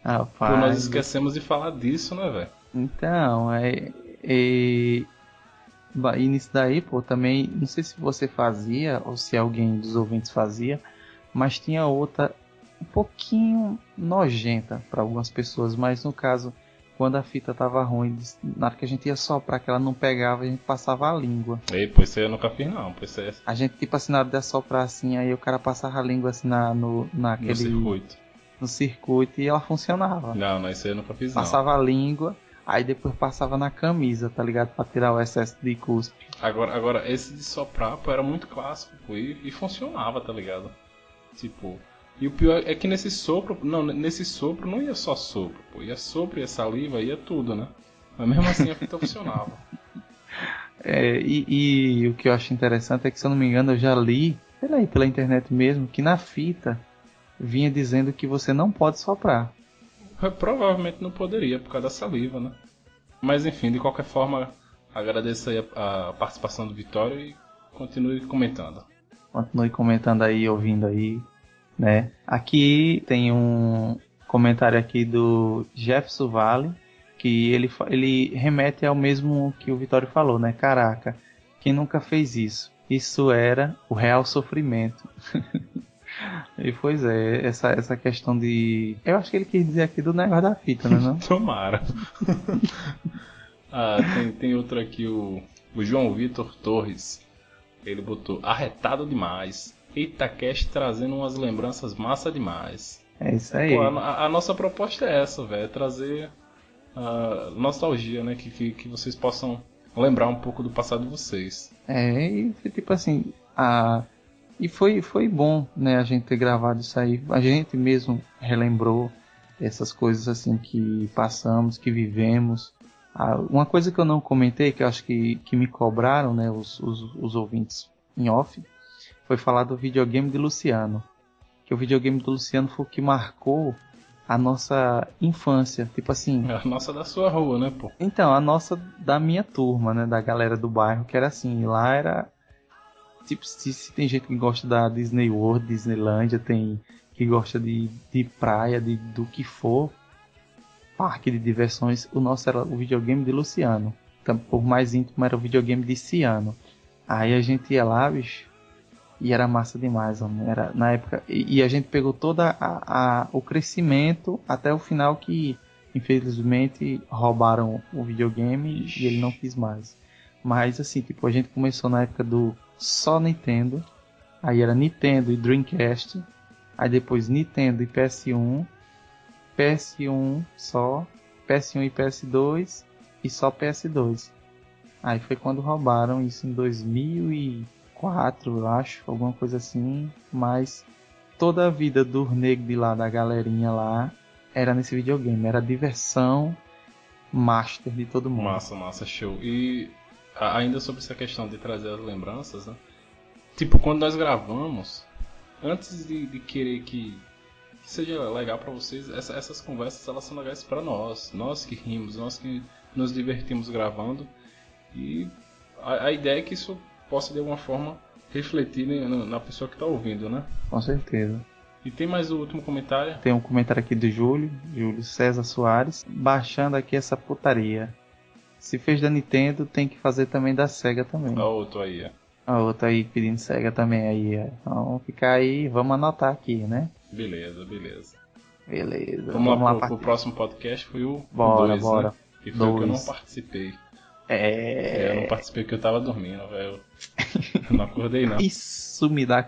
S1: Ah,
S6: Pô, nós
S1: faz.
S6: esquecemos de falar disso, né, velho?
S1: Então, é, é- então, Ba- E nisso daí, pô, também, não sei se você fazia ou se alguém dos ouvintes fazia, mas tinha outra um pouquinho nojenta para algumas pessoas, mas no caso, quando a fita tava ruim, des- na hora que a gente ia soprar que ela não pegava, a gente passava a língua.
S6: Ei, pois isso aí eu nunca fiz não, pois isso aí é
S1: A gente, tipo assim, na hora de assoprar assim, aí o cara passava a língua assim na, no, naquele,
S6: no circuito.
S1: no circuito e ela funcionava.
S6: Não, não, isso aí eu nunca fiz não.
S1: Passava a língua, aí depois passava na camisa, tá ligado? Pra tirar o excesso de cuspe.
S6: Agora, agora, esse de soprar pô, era muito clássico pô, e, e funcionava, tá ligado? Tipo, e o pior é que nesse sopro, não, nesse sopro não ia só sopro, pô, ia sopro, ia saliva, ia tudo, né? Mas mesmo assim a fita funcionava.
S1: É, e, e o que eu acho interessante é que, se eu não me engano, eu já li, pela, aí, pela internet mesmo, que na fita vinha dizendo que você não pode soprar.
S6: Eu provavelmente não poderia por causa da saliva, né? Mas enfim, de qualquer forma, agradeço aí a, a participação do Vitório e continue comentando.
S1: Continue comentando aí, ouvindo aí, né? Aqui tem um comentário aqui do Jefferson Vale, que ele, fa- ele remete ao mesmo que o Vitório falou, né? Caraca, quem nunca fez isso? Isso era o real sofrimento. e pois é, essa, essa questão de. Eu acho que ele quis dizer aqui do negócio da fita, né? Não?
S6: Tomara. ah, tem, tem outro aqui, o, o João Vitor Torres. Ele botou arretado demais. Eita Cash trazendo umas lembranças massa demais.
S1: É isso aí.
S6: Pô, a, a nossa proposta é essa, velho. É trazer ah, nostalgia, né? Que, que, que vocês possam lembrar um pouco do passado de vocês.
S1: É, e foi tipo assim, a... e foi, foi bom, né, a gente ter gravado isso aí. A gente mesmo relembrou essas coisas assim que passamos, que vivemos. Ah, uma coisa que eu não comentei, que eu acho que, que me cobraram, né, os, os, os ouvintes em off, foi falar do videogame de Luciano. Que o videogame do Luciano foi o que marcou a nossa infância. Tipo assim,
S6: É A nossa da sua rua, né, pô?
S1: então, a nossa da minha turma, né? Da galera do bairro, que era assim, lá era. Tipo, se, se tem gente que gosta da Disney World, Disneylandia, tem que gosta de, de praia, de, do que for, parque de diversões, o nosso era o videogame de Luciano. Então, por mais íntimo era o videogame de Ciano. Aí a gente ia lá, bicho, e era massa demais, homem. Era, na época. E, e a gente pegou todo o crescimento até o final que infelizmente roubaram o videogame e ele não quis mais. Mas assim, tipo, a gente começou na época do só Nintendo, aí era Nintendo e Dreamcast, aí depois Nintendo e PS1, PS1 só, PS1 e PS2 e só PS2. Aí foi quando roubaram isso em 2004, eu acho, alguma coisa assim, mas toda a vida do nego de lá, da galerinha lá, era nesse videogame, era a diversão master de todo mundo.
S6: Massa, massa, show. E a- ainda sobre essa questão de trazer as lembranças, né? Tipo, quando nós gravamos, antes de, de querer que, que seja legal pra vocês, essa- essas conversas elas são legais pra nós. Nós que rimos, nós que nos divertimos gravando. E a, a ideia é que isso possa de alguma forma refletir né, na, na pessoa que tá ouvindo, né?
S1: Com certeza.
S6: E tem mais o último comentário?
S1: Tem um comentário aqui do Júlio, Júlio César Soares, baixando aqui essa putaria. Se fez da Nintendo, tem que fazer também da SEGA também.
S6: Ó, outro aí, ó.
S1: A outra aí pedindo SEGA também aí. ó. Então fica aí, vamos anotar aqui, né?
S6: Beleza, beleza.
S1: Beleza.
S6: Vamos, lá, pro,
S1: pra-
S6: pro próximo podcast, foi o
S1: Bora,
S6: dois, né?
S1: bora.
S6: E foi o que eu não
S1: Dois.
S6: participei. É, Eu
S1: É.
S6: não participei porque eu tava dormindo, velho. Eu Não acordei, não.
S1: Isso me dá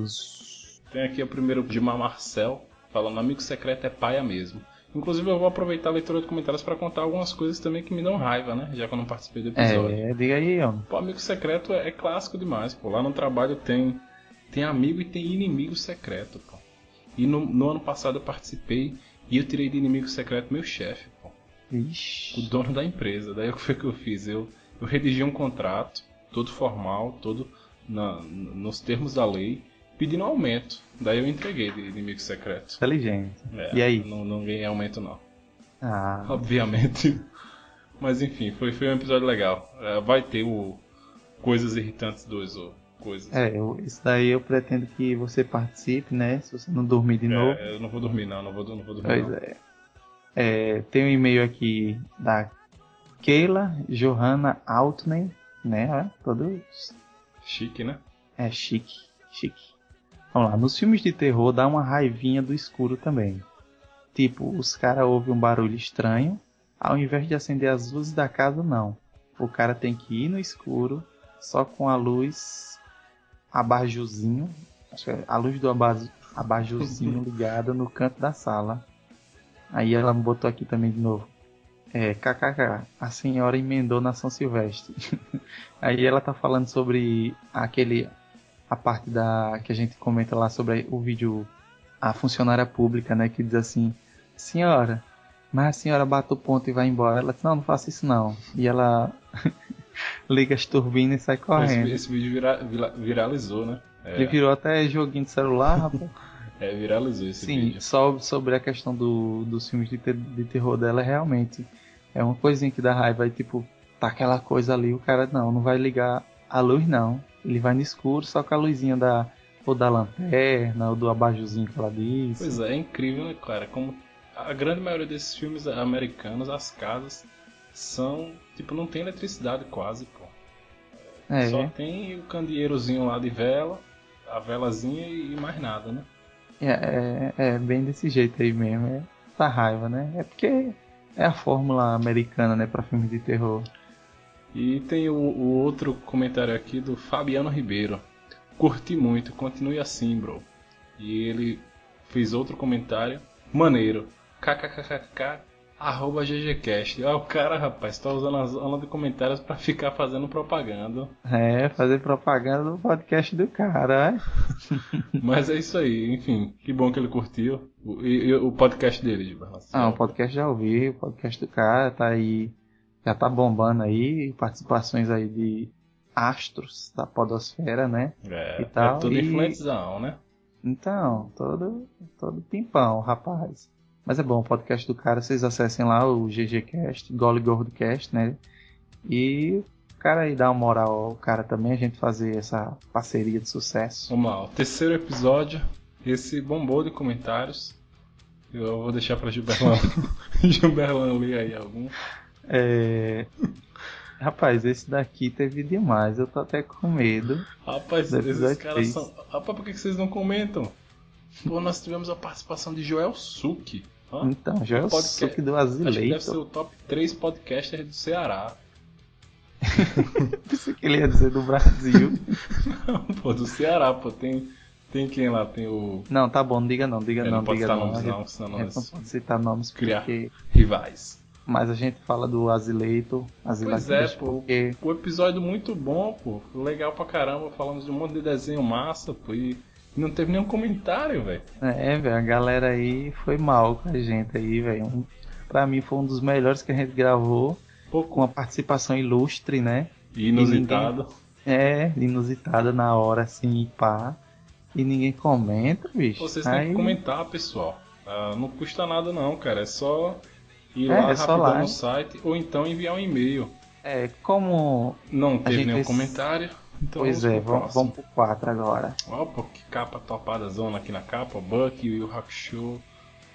S1: coisas.
S6: Tem aqui o primeiro de Mar Marcel, falando amigo secreto é paia mesmo. Inclusive eu vou aproveitar a leitura de comentários pra contar algumas coisas também que me dão raiva, né? Já que eu não participei do episódio.
S1: É, diga aí, homem.
S6: Pô, amigo secreto é, é clássico demais, pô. Lá no trabalho tem, tem amigo e tem inimigo secreto, pô. E no, no ano passado eu participei e eu tirei de inimigo secreto meu chefe, pô. o
S1: Vixe.
S6: dono da empresa. Daí o que foi que eu fiz? Eu, eu redigi um contrato, todo formal, todo na- nos termos da lei, pedindo aumento. Daí eu entreguei de inimigo secreto.
S1: Inteligente.
S6: É,
S1: E aí?
S6: Não, não ganhei aumento, não.
S1: Ah,
S6: Obviamente. Mas enfim, foi, foi um episódio legal. É, vai ter o Coisas Irritantes 2 ou Coisas.
S1: É, eu, isso daí eu pretendo que você participe, né? Se você não dormir de
S6: É,
S1: novo.
S6: eu não vou dormir, não. Não vou, não vou dormir.
S1: Pois
S6: não.
S1: é. É, Tem um e-mail aqui da Keila Johanna Altman, né? Olha, Todo
S6: Chique, né?
S1: é chique, chique. Vamos lá, nos filmes de terror dá uma raivinha do escuro também. Tipo, os caras ouvem um barulho estranho, ao invés de acender as luzes da casa, não. O cara tem que ir no escuro, só com a luz abajuzinho, acho que é a luz do abaju- abajuzinho ligada no canto da sala. Aí ela botou aqui também de novo. É, kkk, a senhora emendou na São Silvestre. Aí ela tá falando sobre aquele a parte da que a gente comenta lá sobre o vídeo a funcionária pública, né, que diz assim: "Senhora, mas a senhora bate o ponto e vai embora". Ela diz: "Não, não faça isso não". E ela liga as turbinas e sai
S6: Esse,
S1: correndo.
S6: esse vídeo vira- vira- viralizou, né? É,
S1: Ele virou até joguinho de celular, rapaz.
S6: é, viralizou esse
S1: Sim,
S6: vídeo.
S1: só sobre a questão do, dos filmes de, te- de terror dela, realmente é uma coisinha que dá raiva. E tipo, tá aquela coisa ali, o cara não, não vai ligar a luz, não. Ele vai no escuro, só com a luzinha da, ou da lanterna, ou do abajuzinho que ela diz.
S6: Pois é, é incrível, né, cara? Como a grande maioria desses filmes americanos, as casas são. Tipo, não tem eletricidade quase, pô.
S1: é,
S6: Só tem o candeeirozinho lá de vela, a velazinha e mais nada, né?
S1: é, é, é bem desse jeito aí mesmo. É dá raiva, né? É porque é a fórmula americana, né, pra filmes de terror.
S6: E tem o, o outro comentário aqui do Fabiano Ribeiro. Curti muito, continue assim, bro. E ele fez outro comentário. Maneiro. KKKKK. Arroba GGCast. Olha o cara, rapaz, tá usando a zona de comentários pra ficar fazendo propaganda.
S1: É, fazer propaganda do podcast do cara, é.
S6: Mas é isso aí, enfim. Que bom que ele curtiu. O, e- e o podcast dele, de
S1: Ah, o podcast já ouvi, o podcast do cara tá aí, já tá bombando aí, participações aí de astros da podosfera, né?
S6: É,
S1: e tal,
S6: é tudo
S1: e-
S6: influenzão, né?
S1: Então, todo, todo pimpão, rapaz. Mas é bom, o podcast do cara, vocês acessem lá o GGCast, Gole Gordocast, né? E o cara aí dá uma moral ao cara também, a gente fazer essa parceria de sucesso.
S6: Vamos lá, o terceiro episódio. Esse bombou de comentários. Eu vou deixar pra Gilberlan. Gilberlan ler aí algum.
S1: É... Rapaz, esse daqui teve demais, eu tô até com medo.
S6: Rapaz,
S1: Do episódio é
S6: esses caras
S1: três.
S6: são. Rapaz, por que que vocês não comentam? Pô, nós tivemos a participação de Joel Suki. Hã?
S1: Então, já é o
S6: podcast-
S1: suco do
S6: Acho que deve
S1: azileito.
S6: ser o top 3 podcasters do Ceará.
S1: Pensei que ele ia dizer do Brasil.
S6: pô, do Ceará, pô. Tem, tem quem lá? Tem o.
S1: não, tá bom, não diga não, diga
S6: É,
S1: não,
S6: não pode
S1: diga
S6: citar
S1: não.
S6: nomes,
S1: A gente-
S6: não, senão
S1: a gente não
S6: nós.
S1: pode citar nomes
S6: Criar.
S1: porque.
S6: Rivais.
S1: Mas a gente fala do Azileito, Azileito
S6: Pois é, pô.
S1: porque.
S6: O episódio muito bom, pô. Legal pra caramba. Falamos de um monte de desenho massa, pô. E não teve nenhum comentário, velho.
S1: É, velho, a galera aí foi mal com a gente aí, velho. Um- Pra mim foi um dos melhores que a gente gravou, com
S6: Pouco
S1: uma participação ilustre, né?
S6: inusitado.
S1: É, inusitada na hora, assim, pá. E ninguém comenta, bicho.
S6: Vocês
S1: Aí-
S6: têm que comentar, pessoal. Ah, não custa nada, não, cara. É só ir
S1: É,
S6: lá
S1: é só
S6: rapidão
S1: lá,
S6: no
S1: hein?
S6: site ou então enviar um e-mail.
S1: É, como.
S6: Não teve
S1: gente
S6: nenhum
S1: fez-
S6: comentário. Então
S1: pois
S6: vamos
S1: é,
S6: pro
S1: vamos,
S6: próximo.
S1: vamos pro 4 agora.
S6: Opa, que capa topada zona aqui na capa. O Buck, o Yu Hakusho,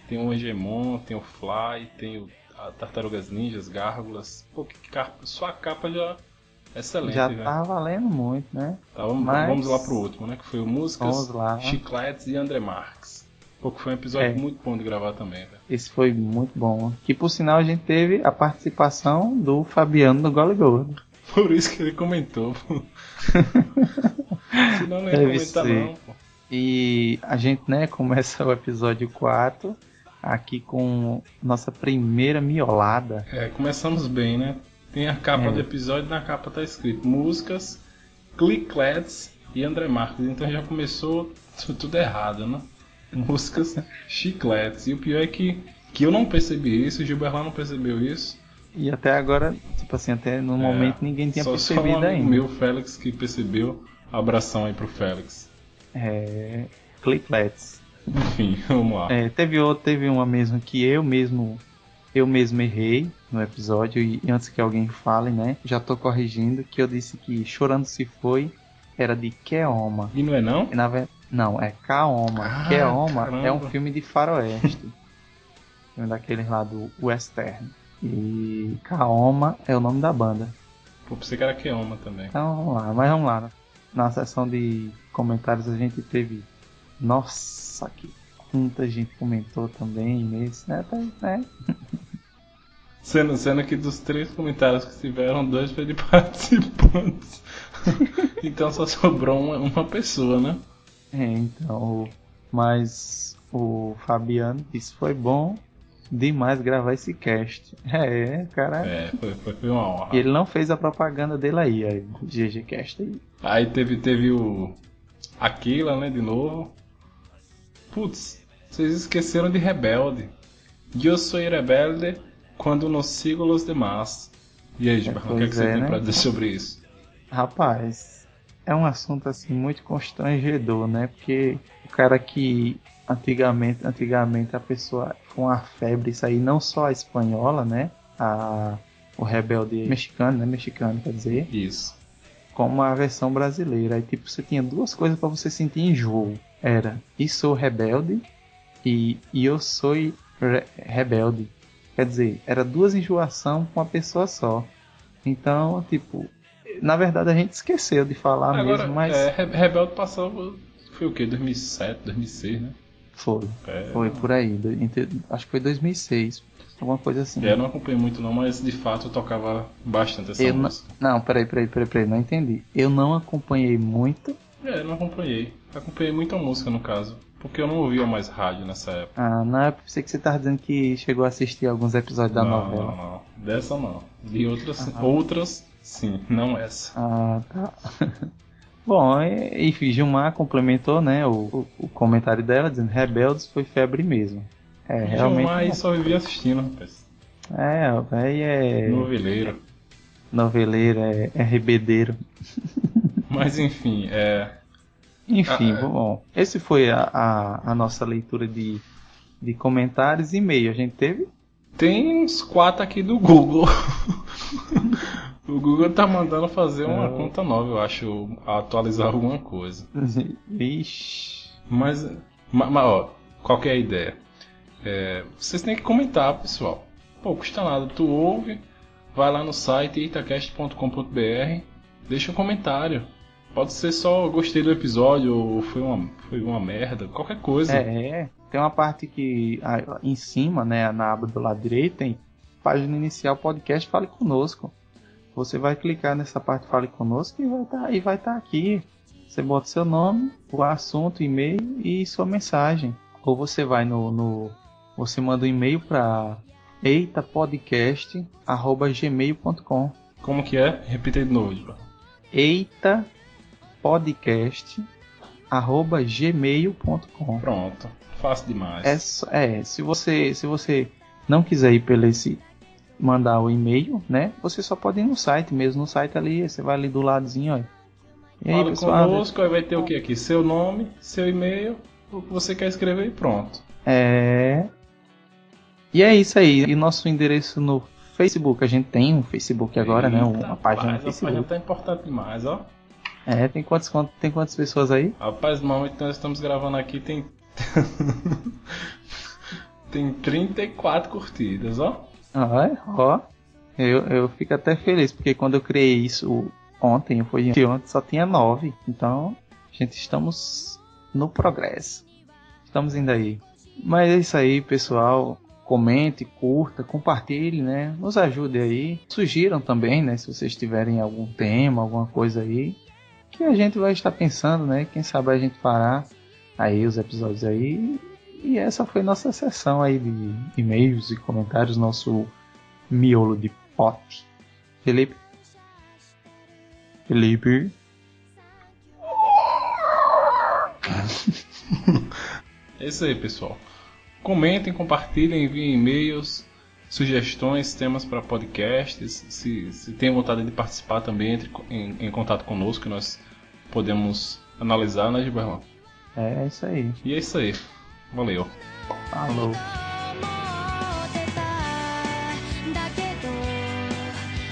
S6: tem o Angemon, tem o Fly, tem o a Tartarugas Ninjas, Gárgulas. Pô, que capa. Sua capa já é excelente,
S1: Já
S6: velho.
S1: tá valendo muito, né?
S6: Tá, vamos,
S1: mas-
S6: vamos lá pro último, né? Que foi o Músicas,
S1: Vamos lá.
S6: Chicletes e André Marques. Pô, que foi um episódio
S1: É.
S6: muito bom de gravar também, velho.
S1: Esse foi muito bom. Que por sinal a gente teve a participação do Fabiano no Gole Gordo.
S6: Por isso que ele comentou, pô. Senão não ia
S1: Deve
S6: comentar,
S1: ser.
S6: não, pô.
S1: E a gente, né, começa o episódio 4 aqui com nossa primeira miolada.
S6: É, começamos bem, né? Tem a capa
S1: É.
S6: do episódio, na capa tá escrito músicas, Clicklets e André Marques. Então já começou tu- tudo errado, né? Músicas, chicletes. E o pior é que, que eu não percebi isso, o Gilberlan não percebeu isso.
S1: E até agora, tipo assim, até no momento ninguém tinha
S6: É, só, só um
S1: percebido
S6: amigo
S1: ainda.
S6: meu, Félix, que percebeu. Abração aí pro Félix.
S1: É. Cliplets.
S6: Enfim, vamos lá.
S1: É, teve outro, teve uma mesmo que eu mesmo eu mesmo errei no episódio e antes que alguém fale, né? Já tô corrigindo que eu disse que chorando se foi era de Keoma.
S6: E não é não?
S1: E na verdade, não, é Kaoma.
S6: Ah,
S1: Keoma é um
S6: caramba.
S1: filme de faroeste. filme daqueles lá do western. E Kaoma é o nome da banda.
S6: Eu pensei que era Keoma também.
S1: Então vamos lá, mas vamos lá. Na seção de comentários a gente teve. Nossa, que muita gente comentou também nesse, né? Tá, né?
S6: Sendo, sendo que dos três comentários que tiveram, dois foi de participantes. então só sobrou uma, uma pessoa, né?
S1: É, então. o- Mas o Fabiano disse: foi bom demais gravar esse cast. É, cara.
S6: É, foi, foi, foi uma honra.
S1: E ele não fez a propaganda dele aí, aí GG Cast aí.
S6: Aí teve, teve o. Aquila, né? De novo. Putz, vocês esqueceram de Rebelde. Eu sou rebelde quando não sigo os demais. E aí, Gilberto, o que, é que
S1: pois
S6: você
S1: é,
S6: tem
S1: né?
S6: pra dizer sobre isso?
S1: Rapaz, é um assunto assim muito constrangedor, né? Porque o cara que antigamente, antigamente a pessoa com a febre, isso aí não só a espanhola, né? A, o rebelde mexicano, né? Mexicano, quer dizer,
S6: Isso.
S1: como a versão brasileira. Aí tipo, você tinha duas coisas pra você sentir enjoo. Era e sou rebelde e, e eu sou re- rebelde. Quer dizer, era duas enjoação com uma pessoa só. Então, tipo, na verdade a gente esqueceu de falar
S6: Agora,
S1: Tá mesmo, mas
S6: é, Re- Rebelde passou. Foi o quê? 2007, 2006, né?
S1: foi.
S6: É,
S1: Foi por aí. do- entre- acho que foi 2006, alguma coisa assim.
S6: É, Eu não acompanhei muito não, mas de fato eu tocava bastante essa
S1: Eu não,
S6: música.
S1: não, peraí, peraí, peraí, peraí, não entendi. Eu não acompanhei muito.
S6: É, eu não acompanhei. Acompanhei muita música no caso, porque eu não ouvia mais rádio nessa época.
S1: Ah, na época pensei que você tava dizendo que chegou a assistir alguns episódios da
S6: não,
S1: novela.
S6: não, não. Dessa não. De outras, outras sim, não essa.
S1: Ah, tá. Bom, e- enfim, Gilmar complementou, né, o, o- o comentário dela, dizendo Rebeldes foi febre mesmo. É, realmente.
S6: Gilmar aí só vivia assistindo, rapaz.
S1: É, o véi é
S6: Noveleiro.
S1: noveleiro, é, é rebedeiro.
S6: Mas enfim, é.
S1: Enfim,
S6: Ah, é.
S1: bom. Esse foi a, a, a nossa leitura de, de comentários e e-mail. A gente teve?
S6: Tem uns quatro aqui do Google. o Google tá mandando fazer
S1: É.
S6: uma conta nova, eu acho, atualizar alguma coisa.
S1: Ixi.
S6: Mas, ma- ma- ó, qual que é a ideia? É, vocês têm que comentar, pessoal. Pô, custa nada, tu ouve, vai lá no site itacast.com.br, deixa um comentário. Pode ser só gostei do episódio ou foi uma, foi uma merda, qualquer coisa.
S1: É, é. tem uma parte que a- em cima, né, na aba do lado direito, tem página inicial podcast Fale Conosco. Você vai clicar nessa parte Fale Conosco e vai estar e vai tá aqui. Você bota seu nome, o assunto, e-mail e sua mensagem. Ou você vai no, no- você manda um e-mail para eitapodcast@gmail.com.
S6: Como que é? Repita aí de novo, Diba.
S1: eitapodcast@gmail.com.
S6: Pronto, fácil demais.
S1: É, só- é, se você se você não quiser ir pelo esse mandar o e-mail, né? Você só pode ir no site mesmo, no site ali, você vai ali do ladozinho, ó. E aí,
S6: Fala
S1: pessoal,
S6: conosco, aí vai ter o que aqui? Seu nome, seu e-mail, o que você quer escrever e pronto.
S1: é E é isso aí. E nosso endereço no Facebook, a gente tem um Facebook agora, né?
S6: Eita,
S1: Uma página no
S6: rapaz, A página
S1: Facebook.
S6: tá importante demais, ó.
S1: É, tem quantos quant- tem quantas pessoas aí?
S6: Rapaz, no momento que nós estamos gravando aqui tem. tem 34 curtidas, ó.
S1: Ah, é? ó. Eu, eu fico até feliz, porque quando eu criei isso ontem, foi de ontem, só tinha nove. Então, gente, estamos no progresso. Estamos indo aí. Mas é isso aí, pessoal. Comente, curta, compartilhe, né? Nos ajude aí. Sugiram também, né? Se vocês tiverem algum tema, alguma coisa aí. Que a gente vai estar pensando, né? Quem sabe a gente parar aí os episódios aí e essa foi nossa sessão aí de e-mails e comentários, nosso miolo de pote. Felipe? Felipe?
S6: É isso aí, pessoal. Comentem, compartilhem, enviem e-mails, sugestões, temas para podcasts. Se, se tem vontade de participar também, entre co- em, em contato conosco, que nós podemos analisar, né, Gilberto?
S1: É isso aí.
S6: E é isso aí. Valeu.
S1: Falou.
S7: てた「だけど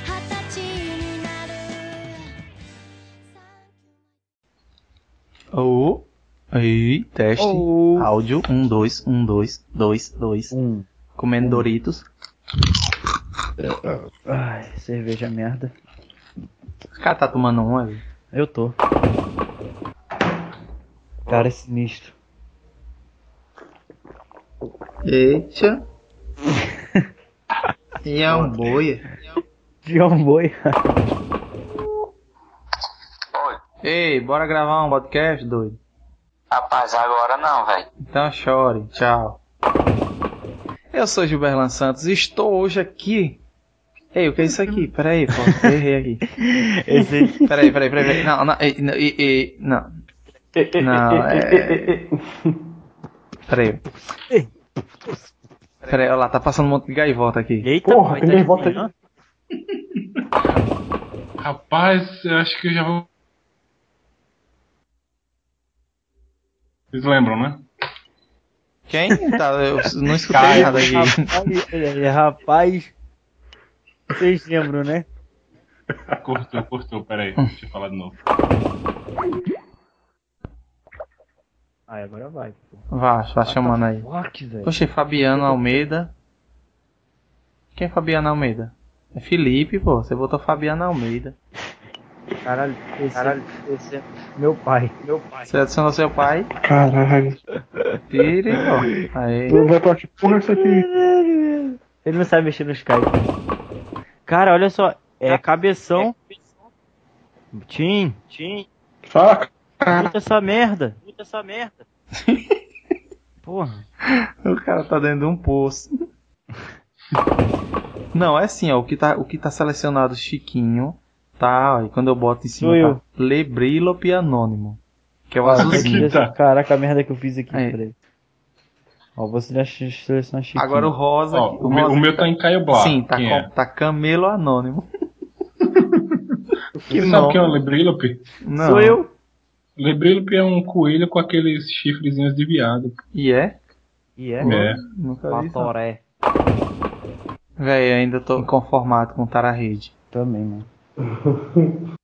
S7: 二十歳になる」
S1: Oh. Aí, teste.
S2: Oh.
S1: Áudio. Um, dois, um, dois, dois, dois.
S2: Um.
S1: Comendo Doritos.
S2: Ai, cerveja merda.
S1: O cara tá tomando um aí.
S2: Eu tô. Cara é sinistro.
S1: Eita. E é um boi.
S2: John Boy.
S1: Ei, bora gravar um podcast, doido?
S9: Rapaz, agora não, velho.
S1: Então chore, tchau. Eu sou Gilberlan Santos e estou hoje aqui. Ei, o que é isso aqui? Peraí, pô, eu errei aqui.
S2: Esse
S1: Peraí, peraí, peraí. peraí. Não, não, ei, não, ei, ei, não. Não, é. Peraí. Peraí, olha lá, tá passando um monte de gaivota aqui.
S2: Eita,
S3: Porra,
S2: mas tá
S3: ele
S2: de
S3: volta
S2: manhã?
S6: Rapaz, eu acho que eu já vou. Vocês lembram, né?
S1: Quem? Tá, eu não escutei
S6: Caio.
S1: nada aqui.
S2: Rapaz, é, é, rapaz, vocês lembram, né?
S6: Cortou, cortou, peraí,
S1: Hum.
S6: deixa eu falar de novo.
S2: Ah, agora vai. Pô.
S1: Vá, vá chamando aí.
S2: Fuck, velho.
S1: Oxe, Fabiano Almeida. Quem é Fabiano Almeida? É Felipe, pô. Você botou Fabiano Almeida.
S2: Caralho, esse, esse é meu pai. Meu pai.
S1: Você adicionou seu pai?
S3: Caralho.
S1: Tire, pô. Aí.
S3: Não vai pra que porra é isso aqui?
S2: Ele não sabe mexer no Skype. Cara, olha só. É cabeção. Tim, Tim,
S3: Fala.
S2: puta essa merda. Puta essa merda. Porra.
S1: O cara tá dentro de um poço. Não, é assim, ó. O que tá, o que tá selecionado Chiquinho, tá? Ó, e quando eu boto em
S2: Sou
S1: cima,
S2: eu. Ah,
S1: tá? Lebrílope Anônimo. Que é o
S6: que
S1: azulzinho.
S6: tá.
S2: Caraca, a merda que eu fiz aqui.
S1: Aí.
S2: Peraí. Ó, você já seleciona Chiquinho.
S1: Agora o rosa.
S6: Ó,
S1: o
S6: o, meu,
S1: rosa
S6: o meu
S1: que
S6: tá em Caio Blá.
S1: Sim, tá,
S6: quem
S1: com-
S6: é?
S1: tá Camelo Anônimo.
S6: Você
S1: nome.
S6: sabe quem é o Lebrílope?
S1: Não.
S2: Sou eu.
S6: Lebrílope é um coelho com aqueles chifrezinhos de viado.
S1: E é?
S2: E é?
S6: É.
S1: Nunca vi. isso.
S2: Patoré.
S1: Véi, eu ainda tô conformado com o Tara Rede.
S2: Também, mano.